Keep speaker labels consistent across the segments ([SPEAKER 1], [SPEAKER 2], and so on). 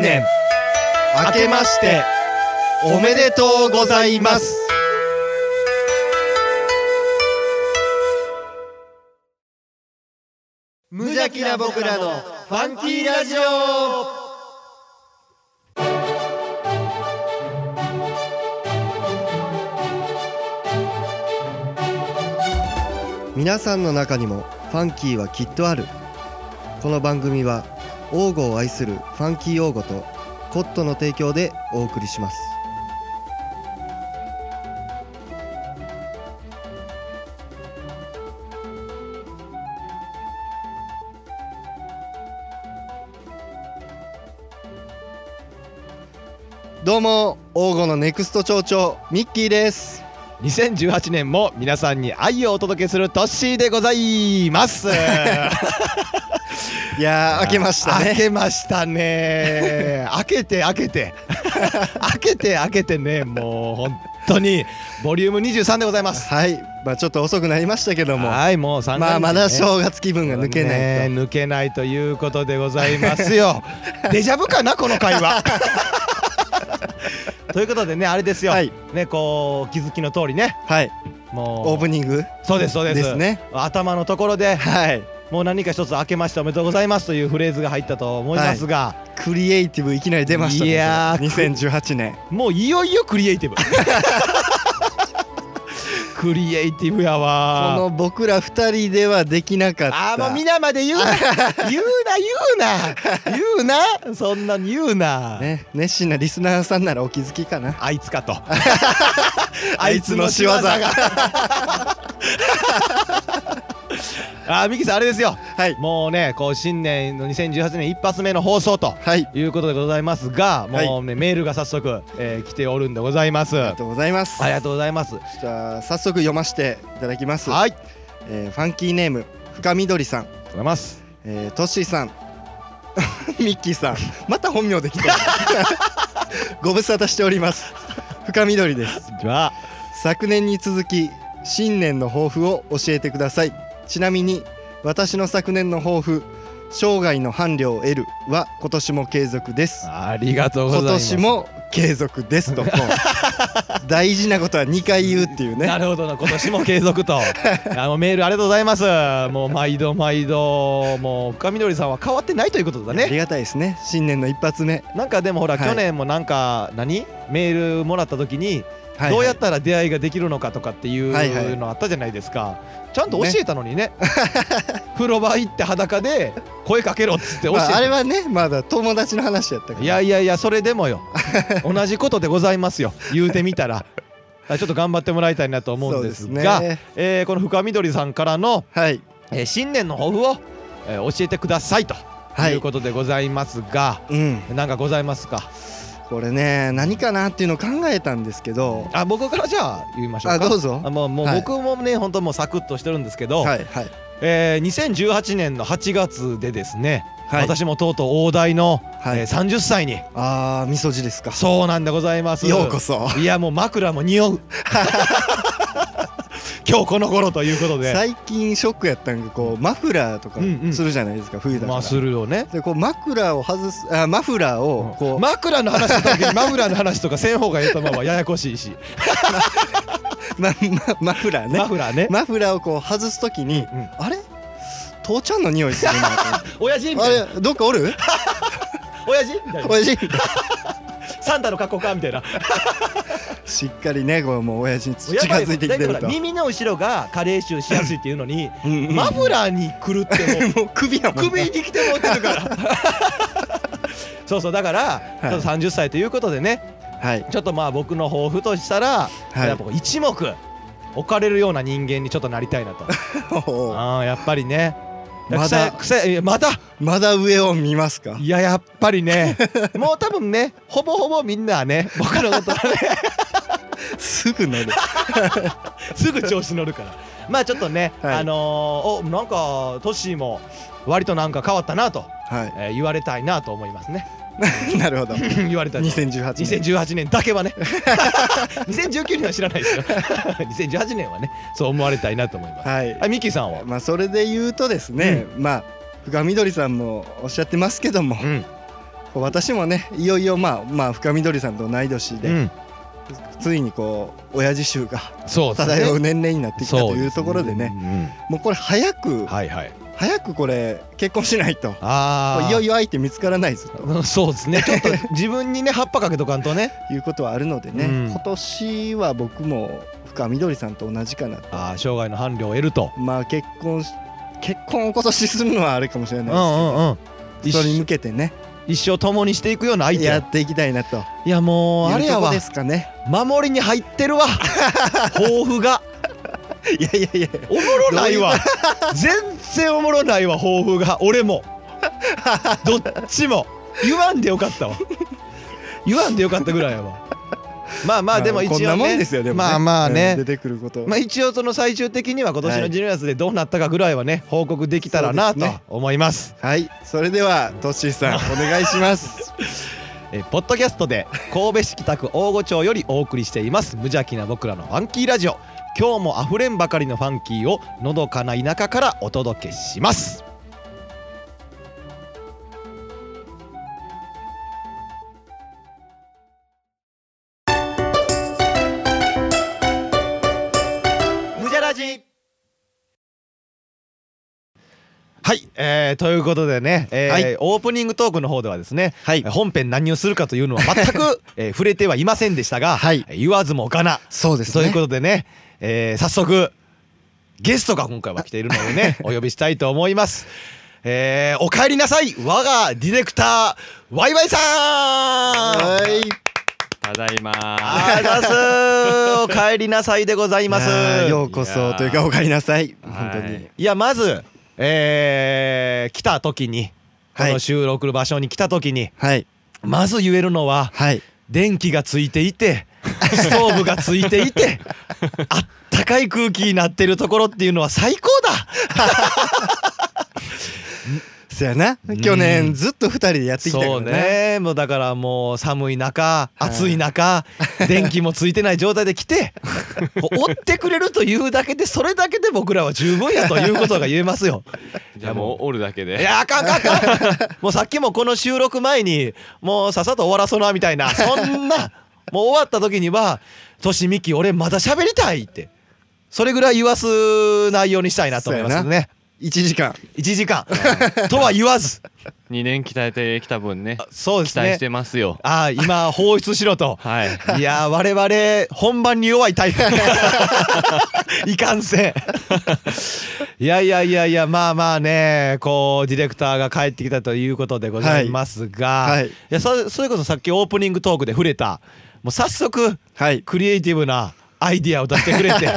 [SPEAKER 1] 年明けましておめでとうございます無邪気な僕らのファンキーラジオ皆さんの中にもファンキーはきっとあるこの番組は王語を愛するファンキー王語とコットの提供でお送りしますどうも王語のネクスト町長ミッキーです
[SPEAKER 2] 2018年も皆さんに愛をお届けするトッシーでございます
[SPEAKER 1] いやー明けました
[SPEAKER 2] 開
[SPEAKER 1] ね
[SPEAKER 2] けましたね開けて開 けて開けて開けてねもう本当にボリューム23でございます
[SPEAKER 1] はいまあちょっと遅くなりましたけども
[SPEAKER 2] はいもう3
[SPEAKER 1] まあまだ正月気分が抜けないと、
[SPEAKER 2] ね抜けないということでございま すよデジャブかなこの会話ということでねあれですよ、
[SPEAKER 1] はい
[SPEAKER 2] ねこうお気づきの通りね
[SPEAKER 1] はい
[SPEAKER 2] もう
[SPEAKER 1] オープニング
[SPEAKER 2] そうですそうで
[SPEAKER 1] で
[SPEAKER 2] す
[SPEAKER 1] すね
[SPEAKER 2] 頭のところで
[SPEAKER 1] はい
[SPEAKER 2] もう何か一つ明けましておめでとうございますというフレーズが入ったと思いますが、
[SPEAKER 1] クリエイティブいきなり出ましたね
[SPEAKER 2] いやー
[SPEAKER 1] 2018年
[SPEAKER 2] もういよいよクリエイティブクリエイティブや
[SPEAKER 1] こ
[SPEAKER 2] わ
[SPEAKER 1] の僕ら二人ではできなかった
[SPEAKER 2] あーもう皆まで言うな言うな言うな言うなそんなに言うな、
[SPEAKER 1] ね熱心なリスナーさんならお気づきかな
[SPEAKER 2] あいつかと
[SPEAKER 1] あいつの仕業が
[SPEAKER 2] あーミキさんあれですよ
[SPEAKER 1] はい
[SPEAKER 2] もうねこう新年の2018年一発目の放送と
[SPEAKER 1] はい
[SPEAKER 2] いうことでございますが、もうね、メールが早速、えー来ておるんでございます。
[SPEAKER 1] ありが
[SPEAKER 2] あ
[SPEAKER 1] とうございます
[SPEAKER 2] りがとうございます。
[SPEAKER 1] じゃあ早速読ませていただきます、
[SPEAKER 2] はい、ありが
[SPEAKER 1] えーファンキーネーム深緑さん、
[SPEAKER 2] とうございます。
[SPEAKER 1] えー、トッシーさん ミッキーさんまた本名できたご無沙汰しております深緑です
[SPEAKER 2] じゃあ、
[SPEAKER 1] 昨年に続き新年の抱負を教えてくださいちなみに私の昨年の抱負生涯の伴侶を得るは今年も継続です
[SPEAKER 2] ありがとうござ
[SPEAKER 1] 今
[SPEAKER 2] います。
[SPEAKER 1] 年も継続です とこう大事なことは2回言うっていう
[SPEAKER 2] な
[SPEAKER 1] ね
[SPEAKER 2] るほどな今年も継 続とあのメールありがとうございますもう毎度毎度もう深緑さんは変わってないということだ
[SPEAKER 1] あり
[SPEAKER 2] ね
[SPEAKER 1] がたいですね新年の一発目
[SPEAKER 2] なんかでもほら、
[SPEAKER 1] はい
[SPEAKER 2] 去年もなんか何メールもらった時に、
[SPEAKER 1] はい
[SPEAKER 2] どうやったら出会いができるのかとかってい
[SPEAKER 1] はいはいう
[SPEAKER 2] のあったじゃないですか、ちゃんと教えたのにね 風呂場行って裸で声かけろっつって教え
[SPEAKER 1] まあ、あれ
[SPEAKER 2] て、
[SPEAKER 1] はねまだ友達の話やったから
[SPEAKER 2] いやいやいやそれでもよ同じことでございますよ言うてみたら ちょっと頑張ってもらいたいなと思うんですが
[SPEAKER 1] そうですね
[SPEAKER 2] えーこの深緑さんからの
[SPEAKER 1] はい
[SPEAKER 2] えー新年の抱負を、えー教えてくださいと
[SPEAKER 1] はいいう
[SPEAKER 2] ことでございますが、
[SPEAKER 1] うん
[SPEAKER 2] なんかございますか
[SPEAKER 1] これね何かなっていうのを考えたんですけど
[SPEAKER 2] あ僕からじゃあ言いましょう
[SPEAKER 1] あ
[SPEAKER 2] か
[SPEAKER 1] どうぞ
[SPEAKER 2] あもうもう
[SPEAKER 1] はい
[SPEAKER 2] 僕もね、本当もうサクッとしてるんですけど、
[SPEAKER 1] はいはい
[SPEAKER 2] えー2018年の8月でですね、
[SPEAKER 1] はい
[SPEAKER 2] 私もとうとう大台の、
[SPEAKER 1] はい
[SPEAKER 2] えー30歳に
[SPEAKER 1] ああ味噌汁ですか
[SPEAKER 2] そうなんでございます
[SPEAKER 1] ようこそ
[SPEAKER 2] いやもう枕も 匂う今日この頃ということで
[SPEAKER 1] 最近ショックやったんがこうマフラーとか
[SPEAKER 2] うんうん
[SPEAKER 1] するじゃないですか、冬だから、
[SPEAKER 2] まあするよね
[SPEAKER 1] でこう枕を外すあマフラーをこう、
[SPEAKER 2] 枕の話と かマフラーの話とかせん方がええと思うわややこしいし、
[SPEAKER 1] ままマフラーね
[SPEAKER 2] マフラーね
[SPEAKER 1] マフラーをこう外すときに、
[SPEAKER 2] うん
[SPEAKER 1] あれ父ちゃんの匂いするなと思 って
[SPEAKER 2] 親父みたいな
[SPEAKER 1] あれどっかおる
[SPEAKER 2] 親父みたいな
[SPEAKER 1] おやじ
[SPEAKER 2] サンタの格好かみたいな
[SPEAKER 1] しっかりねこうもう親父に近
[SPEAKER 2] やばい
[SPEAKER 1] づいてきてる
[SPEAKER 2] だか
[SPEAKER 1] と
[SPEAKER 2] ら耳の後ろが加齢臭しやすいっていうのに
[SPEAKER 1] うんうん
[SPEAKER 2] マフラーに来るって
[SPEAKER 1] も
[SPEAKER 2] もう
[SPEAKER 1] う首やもんな
[SPEAKER 2] 首に来て持ってるから そうそうだから、ちょっと30歳ということでね
[SPEAKER 1] はい
[SPEAKER 2] ちょっとまあ僕の抱負としたら、
[SPEAKER 1] はい
[SPEAKER 2] やっぱこう一目置かれるような人間にちょっとなりた いなとあーやっぱりね
[SPEAKER 1] まだ
[SPEAKER 2] 癖癖いやまた
[SPEAKER 1] まだ上を見ますか
[SPEAKER 2] いややっぱりねもう多分ねほぼほぼみんなはね僕のことはね
[SPEAKER 1] すぐ乗る
[SPEAKER 2] すぐ調子乗るからまあちょっとね、
[SPEAKER 1] はい
[SPEAKER 2] あのーおなんかトッシーも割となんか変わったなと、
[SPEAKER 1] は
[SPEAKER 2] えー言われたいなと思いますね
[SPEAKER 1] い なるほど
[SPEAKER 2] 言われたいと
[SPEAKER 1] 2018年
[SPEAKER 2] 2018年だけはね 2019年は知らないですよ 2018年はねそう思われたいなと思います、
[SPEAKER 1] はい
[SPEAKER 2] あミキさんは、
[SPEAKER 1] まあそれで言うとですね、まあ深緑さんもおっしゃってますけども、
[SPEAKER 2] うん、
[SPEAKER 1] 私もねいよいよまあまあ深緑さんと同い年で、
[SPEAKER 2] うん、
[SPEAKER 1] ついにこう親父臭が
[SPEAKER 2] そうですね
[SPEAKER 1] 漂う年齢になってきた
[SPEAKER 2] そ
[SPEAKER 1] というところでねもうこれ早く、
[SPEAKER 2] うんはいはい
[SPEAKER 1] 早くこれ結婚しないと
[SPEAKER 2] ああ
[SPEAKER 1] いよいよ相手見つからないぞ
[SPEAKER 2] うん そうですねちょっと自分にね葉っぱかけとかんとね
[SPEAKER 1] ということはあるのでね、
[SPEAKER 2] うん
[SPEAKER 1] 今年は僕も深緑さんと同じかなと
[SPEAKER 2] あー生涯の伴侶を得 ると
[SPEAKER 1] まあ結婚し結婚を今年するのはあれかもしれ
[SPEAKER 2] うん
[SPEAKER 1] な
[SPEAKER 2] う
[SPEAKER 1] いです
[SPEAKER 2] ん
[SPEAKER 1] けど、
[SPEAKER 2] うん
[SPEAKER 1] それに向
[SPEAKER 2] 一
[SPEAKER 1] けてね
[SPEAKER 2] 一生共にしていくような相手
[SPEAKER 1] や
[SPEAKER 2] や
[SPEAKER 1] っていきたいなと
[SPEAKER 2] いやもうあれや
[SPEAKER 1] いうとこ
[SPEAKER 2] わ
[SPEAKER 1] ですかね
[SPEAKER 2] 守りに入ってるわ 抱負が
[SPEAKER 1] いやいやいや
[SPEAKER 2] おもろないわ全然おもろないわ抱負が俺も どっちも言わんでよかったわ言わんでよかったぐらいやわまあまあでも一
[SPEAKER 1] こ
[SPEAKER 2] 応、ね、
[SPEAKER 1] んなもんですよでも、
[SPEAKER 2] まあまあね
[SPEAKER 1] 出てくること、
[SPEAKER 2] まあ、一応その最終的には今年のジュニアスでどうなったかぐらいはね報告できたらな
[SPEAKER 1] そう
[SPEAKER 2] と
[SPEAKER 1] ですね
[SPEAKER 2] 思います
[SPEAKER 1] はいそれではトッシーさ んお願いします
[SPEAKER 2] えーポッドキャストで神戸市北区大御町よりお送りしています無邪気な僕らのファンキーラジオ今日もあふれんばかりのファンキーをのどかな田舎からお届けします無邪ラジはい、えーということでね、えー
[SPEAKER 1] はい
[SPEAKER 2] オープニングトークの方ではですね、
[SPEAKER 1] はい
[SPEAKER 2] 本編何をするかというのは全 く、えー触れてはいませんでしたが、
[SPEAKER 1] はい
[SPEAKER 2] 言わずもがな
[SPEAKER 1] そうで
[SPEAKER 2] ということでね、えー早速ゲストが今回は来ているので ねお呼びしたいと思います。えーお帰りなさい我がディレクターワイワイさん
[SPEAKER 1] はい
[SPEAKER 3] ただいまー。
[SPEAKER 2] あ ざすお帰りなさいでございます
[SPEAKER 1] やーようこ
[SPEAKER 3] いや
[SPEAKER 1] そ
[SPEAKER 3] ー
[SPEAKER 1] というかお帰りなさい本
[SPEAKER 3] はい
[SPEAKER 1] 当に
[SPEAKER 2] いやまず、えー来た時にこ
[SPEAKER 1] はい
[SPEAKER 2] の収録場所に来た時に、
[SPEAKER 1] はい
[SPEAKER 2] まず言えるのは
[SPEAKER 1] はい
[SPEAKER 2] 電気がついていてストーブがついてい てあったかい空気になってるところっていうのは最高だ
[SPEAKER 1] そやな
[SPEAKER 2] うん
[SPEAKER 1] 去年ずっと二人でやってきたから
[SPEAKER 2] そうねもうだからもう寒い中暑い中、電気もついてない状態で来て 追ってくれるというだけでそれだけで僕らは十分やということが言えますよ。
[SPEAKER 3] じゃあもうおるだけ
[SPEAKER 2] い
[SPEAKER 3] で。
[SPEAKER 2] やあかんあかんあかんもうさっきもこの収録前にもうさっさと終わらそうなみ たいなそんなもう終わった時には「としみき俺まだ喋りたい」ってそれぐらい言わす内容にしたいなと思います
[SPEAKER 1] そうや
[SPEAKER 2] ね
[SPEAKER 1] 一時間
[SPEAKER 2] 1時間とは言 わず
[SPEAKER 3] 2年鍛えてきた分ね。
[SPEAKER 2] そうで
[SPEAKER 3] 期
[SPEAKER 2] す
[SPEAKER 3] 待
[SPEAKER 2] ね
[SPEAKER 3] してますよ。
[SPEAKER 2] ああ今放出しろと
[SPEAKER 3] はい。
[SPEAKER 2] いやー我々本番に弱いタイプ いかんせん いやいやいやいやまあまあねこうディレクターが帰ってきたということでございますが、
[SPEAKER 1] はいは
[SPEAKER 2] い
[SPEAKER 1] い
[SPEAKER 2] やそそれこそさっきオープニングトークで触れたもう早速
[SPEAKER 1] はい
[SPEAKER 2] クリエイティブなアイディアを出してくれて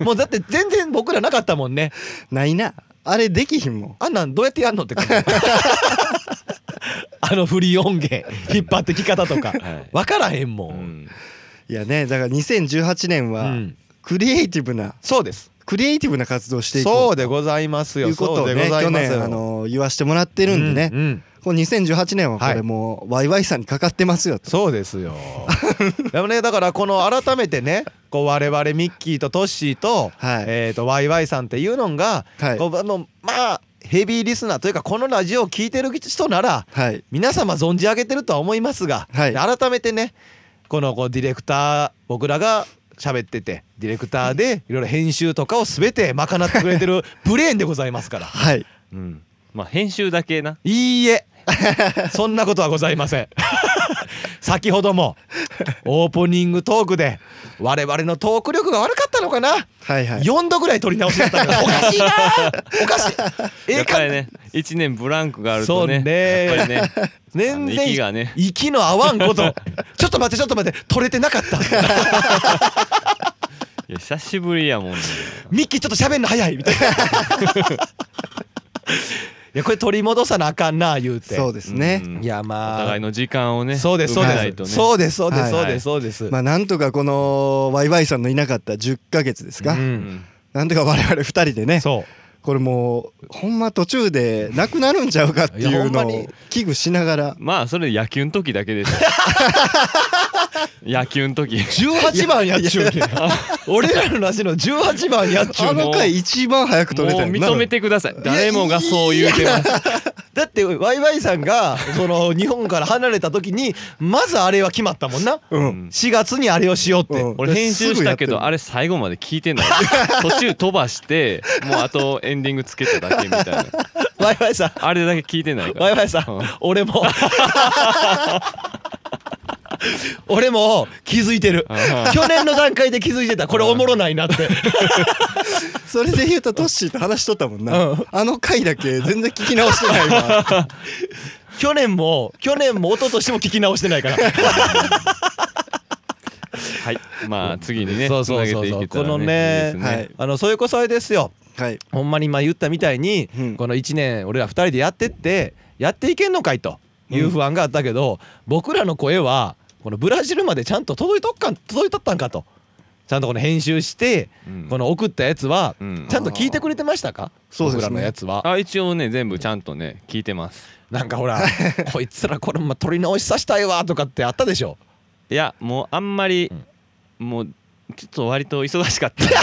[SPEAKER 2] もうだって全然僕らなかったもんね
[SPEAKER 1] ないなあれできひんもん
[SPEAKER 2] あんなんどうやってやんのって感じあのフリー音源引っ張ってき方とか
[SPEAKER 3] はい
[SPEAKER 2] 分からへんも、
[SPEAKER 3] うんん
[SPEAKER 1] いやねだから2018年
[SPEAKER 2] う
[SPEAKER 1] は
[SPEAKER 2] ん、
[SPEAKER 1] クリエイティブな
[SPEAKER 2] そうです
[SPEAKER 1] クリエイティブな活動をしてい
[SPEAKER 2] そ
[SPEAKER 1] こ
[SPEAKER 2] うでございま
[SPEAKER 1] うと
[SPEAKER 2] すよ。
[SPEAKER 1] いうことを
[SPEAKER 2] そうで
[SPEAKER 1] ね
[SPEAKER 2] ござ
[SPEAKER 1] 去
[SPEAKER 2] います
[SPEAKER 1] 年あの言わしてもらってるんでね
[SPEAKER 2] うんうん
[SPEAKER 1] こう2018年はこ
[SPEAKER 2] は
[SPEAKER 1] れ
[SPEAKER 2] い
[SPEAKER 1] もうワイワイさんにかかってますよと
[SPEAKER 2] そうです よ。でもねだからこの改めてねこう我々ミッキーとトッシーと、
[SPEAKER 1] はい
[SPEAKER 2] えっ、とワイワイさんっていうのが、
[SPEAKER 1] はい
[SPEAKER 2] こうもうまあヘビーリスナーというかこのラジオを聞いてる人なら
[SPEAKER 1] はい
[SPEAKER 2] 皆様存じ上げてるとは思いますが、
[SPEAKER 1] はい
[SPEAKER 2] で改めてねこのこうディレクター僕らが喋っててディレクターでいろいろ編集とかを全て賄ってくれ てるブレーンでございますから。
[SPEAKER 1] はい
[SPEAKER 3] うん。まあ編集だけな。
[SPEAKER 2] いいえそんなことはござい ません先ほどもオープニングトークで我々のトーク力が悪かったのかな、
[SPEAKER 1] はいはい
[SPEAKER 2] 4度ぐらい取り直しだった のよおかしいなおかしいえ
[SPEAKER 3] や
[SPEAKER 2] え
[SPEAKER 3] っぱ
[SPEAKER 2] か
[SPEAKER 3] りね、1年ブランクがある
[SPEAKER 2] そう
[SPEAKER 3] とね。
[SPEAKER 2] ね
[SPEAKER 3] やっぱりね。
[SPEAKER 2] 全
[SPEAKER 3] あ
[SPEAKER 2] 然
[SPEAKER 3] の息がね
[SPEAKER 2] 息の合わんことちょっと待ってちょっと待って取れてなかった
[SPEAKER 3] いや久しぶりやもんね。
[SPEAKER 2] ミッキーちょっと喋んの早い みたいないやこれ取り戻さなあかんな言うて
[SPEAKER 1] そうですね
[SPEAKER 3] うん
[SPEAKER 2] いやまあ
[SPEAKER 3] お互いの時間をね。
[SPEAKER 2] そうですそう
[SPEAKER 3] 埋めない
[SPEAKER 2] で
[SPEAKER 3] と
[SPEAKER 2] す
[SPEAKER 3] ね
[SPEAKER 2] そうですそうです
[SPEAKER 1] はい
[SPEAKER 2] そうですそうです
[SPEAKER 1] まあなんとかこのワイワイさんのいなかった10ヶ月ですか
[SPEAKER 2] う
[SPEAKER 3] うんん
[SPEAKER 1] なんとか我々2人でね
[SPEAKER 2] そう
[SPEAKER 1] これもうほんま途中でなくなるんちゃうかっていうの
[SPEAKER 2] いやほんま
[SPEAKER 1] を
[SPEAKER 2] に
[SPEAKER 1] 危惧しながら
[SPEAKER 3] まあそれ野球の時だけ です。野球の時。
[SPEAKER 2] 18番やっちゅうねん俺らのラジオの18番やっちゅ
[SPEAKER 1] あ
[SPEAKER 2] うねん
[SPEAKER 1] の回一番早く
[SPEAKER 3] もう
[SPEAKER 1] 取れたよな
[SPEAKER 3] 認めてください。誰もがそう言うてます。
[SPEAKER 2] だってワイワイさんがその日本から離れた時にまずあれは決まったもんな
[SPEAKER 1] うん
[SPEAKER 2] 4月にあれをしようって、
[SPEAKER 1] うん
[SPEAKER 3] 俺編集したけ
[SPEAKER 1] すぐやってる
[SPEAKER 3] どあれ最後まで聞い てない途中飛ばしてもうあとエンディングつけただけみたいな
[SPEAKER 2] ワイワイさん
[SPEAKER 3] あれだけ聞いてないか
[SPEAKER 2] ワイ
[SPEAKER 3] ら
[SPEAKER 2] ワイさん、
[SPEAKER 3] うん
[SPEAKER 2] 俺も俺も気づいてる
[SPEAKER 3] うん
[SPEAKER 2] 去年の段階で気づいてたこれおもろないなって
[SPEAKER 1] それで言うとトッシーと話しとったもんな、
[SPEAKER 2] うん
[SPEAKER 1] あの回だけ全然聞き直してない わ
[SPEAKER 2] 去年も去年も一昨年も聞き直してないから
[SPEAKER 3] はいまあ次にね
[SPEAKER 2] そう
[SPEAKER 3] つ
[SPEAKER 2] そう
[SPEAKER 3] なげ
[SPEAKER 2] そう
[SPEAKER 3] てい
[SPEAKER 2] そう
[SPEAKER 3] けたら
[SPEAKER 2] この
[SPEAKER 3] ね
[SPEAKER 2] ね
[SPEAKER 3] いいです
[SPEAKER 1] は
[SPEAKER 3] ね
[SPEAKER 1] い
[SPEAKER 2] あのそういうこそあれですよ
[SPEAKER 1] はい
[SPEAKER 2] ほんまに今言ったみたいに、
[SPEAKER 1] うん
[SPEAKER 2] この1年俺ら2人でやってってやっていけんのかいという不安があったけど、僕らの声はこのブラジルまでちゃんと届いとっかん届いとったんかとちゃんとこの編集して、
[SPEAKER 3] うん
[SPEAKER 2] この送ったやつは、
[SPEAKER 3] うん
[SPEAKER 2] ちゃんと聞いてくれてましたか
[SPEAKER 1] そうですね
[SPEAKER 2] 僕らのやつは
[SPEAKER 3] あ一応ね全部ちゃんとね聞いてます
[SPEAKER 2] なんかほらこいつらこれま取り直しさせたいわとかってあったでしょ
[SPEAKER 3] いやもうあんまりもうちょっと割と忙しかったんで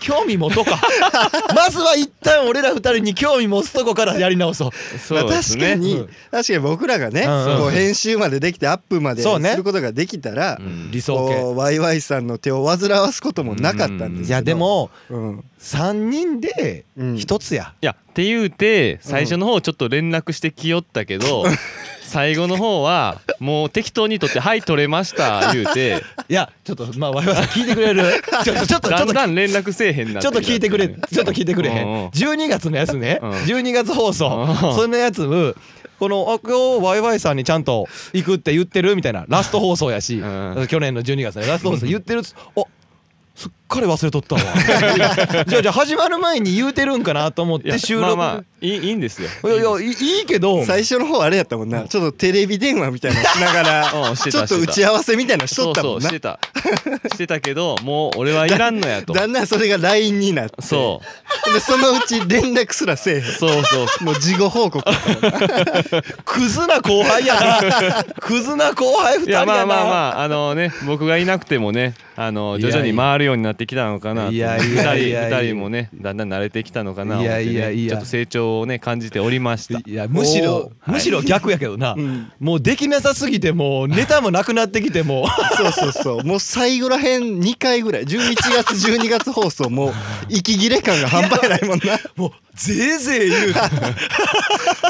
[SPEAKER 2] 興味持とうか まずは一旦俺ら二人に興味持つとこからやり直そう
[SPEAKER 3] そうです
[SPEAKER 1] まあ確か
[SPEAKER 3] ね
[SPEAKER 1] に、
[SPEAKER 2] うん
[SPEAKER 1] 確かに僕らがね、
[SPEAKER 2] うん
[SPEAKER 3] うん
[SPEAKER 1] こう編集までできてアップまです
[SPEAKER 2] そうね
[SPEAKER 1] ることができたら、
[SPEAKER 3] うん
[SPEAKER 2] 理想
[SPEAKER 1] こうワイワイさんの手を煩わすこともなかったんですけど
[SPEAKER 2] 形いやで、も
[SPEAKER 1] うん
[SPEAKER 2] 3人で
[SPEAKER 1] うん
[SPEAKER 2] 一つや、
[SPEAKER 3] いやって言うて最初の方ちょっと連絡してきよったけ ど、最後の方はもう適当に取って「はい取れました」言うて
[SPEAKER 2] いやちょっとまあ我々さん聞いてくれる ちょっとちょっとちょっ
[SPEAKER 3] だん
[SPEAKER 2] と
[SPEAKER 3] だん連絡せえへんな
[SPEAKER 2] ちょっと聞いてくれちょっと聞いてくれへん
[SPEAKER 3] うんうん
[SPEAKER 2] 12月のやつね
[SPEAKER 3] うん
[SPEAKER 2] 12月放送
[SPEAKER 3] うん
[SPEAKER 2] そのやつこのあ今日ワイワイさんにちゃんと行くって言ってるみたいなラスト放送やし
[SPEAKER 3] うん
[SPEAKER 2] 去年の12月のラ スト放送言ってるっつあすっかり忘れとったわ じゃあじゃあ始まる前に言うてるんかなと思っ
[SPEAKER 3] いや
[SPEAKER 2] て収録い
[SPEAKER 3] まあま
[SPEAKER 2] や
[SPEAKER 3] あいいいいんですよ
[SPEAKER 2] いやいいいけど
[SPEAKER 1] 最初の方あれやったもんな、ちょっとテレビ電話みたいなのしなが
[SPEAKER 3] う
[SPEAKER 1] ら
[SPEAKER 3] んして
[SPEAKER 1] ちょ
[SPEAKER 3] た
[SPEAKER 1] っと打ち合わせみたいなのしと
[SPEAKER 3] そ
[SPEAKER 1] っ
[SPEAKER 3] う
[SPEAKER 1] たも
[SPEAKER 3] そ
[SPEAKER 1] ん
[SPEAKER 3] う
[SPEAKER 1] な
[SPEAKER 3] してたしてたけどもう俺はいらんのやと
[SPEAKER 1] だんだんそれが LINE になって
[SPEAKER 3] そう
[SPEAKER 1] でそのうち連絡すらせえへん
[SPEAKER 3] そうそう
[SPEAKER 1] もう事後報告
[SPEAKER 2] クズな後輩やなクズな後輩2
[SPEAKER 3] い
[SPEAKER 2] 人や
[SPEAKER 3] や
[SPEAKER 2] な
[SPEAKER 3] まあまあまああのね僕がいなくてもねあの
[SPEAKER 2] いや
[SPEAKER 3] 徐々に回るようになってきたのかなと
[SPEAKER 2] いやいやいやいや
[SPEAKER 3] 二人二人もねだんだん慣れてきたのかなと思ってね
[SPEAKER 2] いやいやいや
[SPEAKER 3] ちょっと成長をね感じておりました
[SPEAKER 2] いやむしろ
[SPEAKER 1] お
[SPEAKER 2] むしろ逆やけどな、もうできなさすぎてもうネタもなくなってきてもう
[SPEAKER 1] そうそうそうもう最後らへん2回ぐらい11月12月放送もう息切れ感が半端ないもんな
[SPEAKER 2] もうぜいぜい言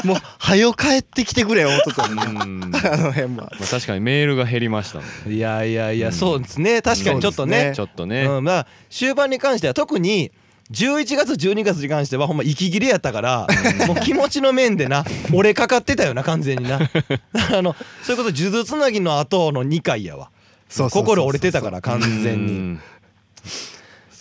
[SPEAKER 2] う
[SPEAKER 1] もう「はよ帰ってきてくれよ」とか
[SPEAKER 3] う
[SPEAKER 1] も
[SPEAKER 3] ん
[SPEAKER 1] ね
[SPEAKER 3] ま
[SPEAKER 1] あの辺は
[SPEAKER 3] あ確かにメールが減りましたもん
[SPEAKER 2] いやいやいや、
[SPEAKER 3] うん
[SPEAKER 2] そうですね確かにちょっとね
[SPEAKER 1] ん
[SPEAKER 3] ちょっと
[SPEAKER 2] う
[SPEAKER 3] ね
[SPEAKER 2] ん、まあ終盤に関しては特に11月12月に関してはほんま息切れやったからもう気持ちの面でな俺かかってたよな完全にな あのそういうこと数珠つなぎの後の2回やわ
[SPEAKER 1] そうそうそうそう
[SPEAKER 2] 心折れてたから完全
[SPEAKER 3] う
[SPEAKER 2] に
[SPEAKER 3] ん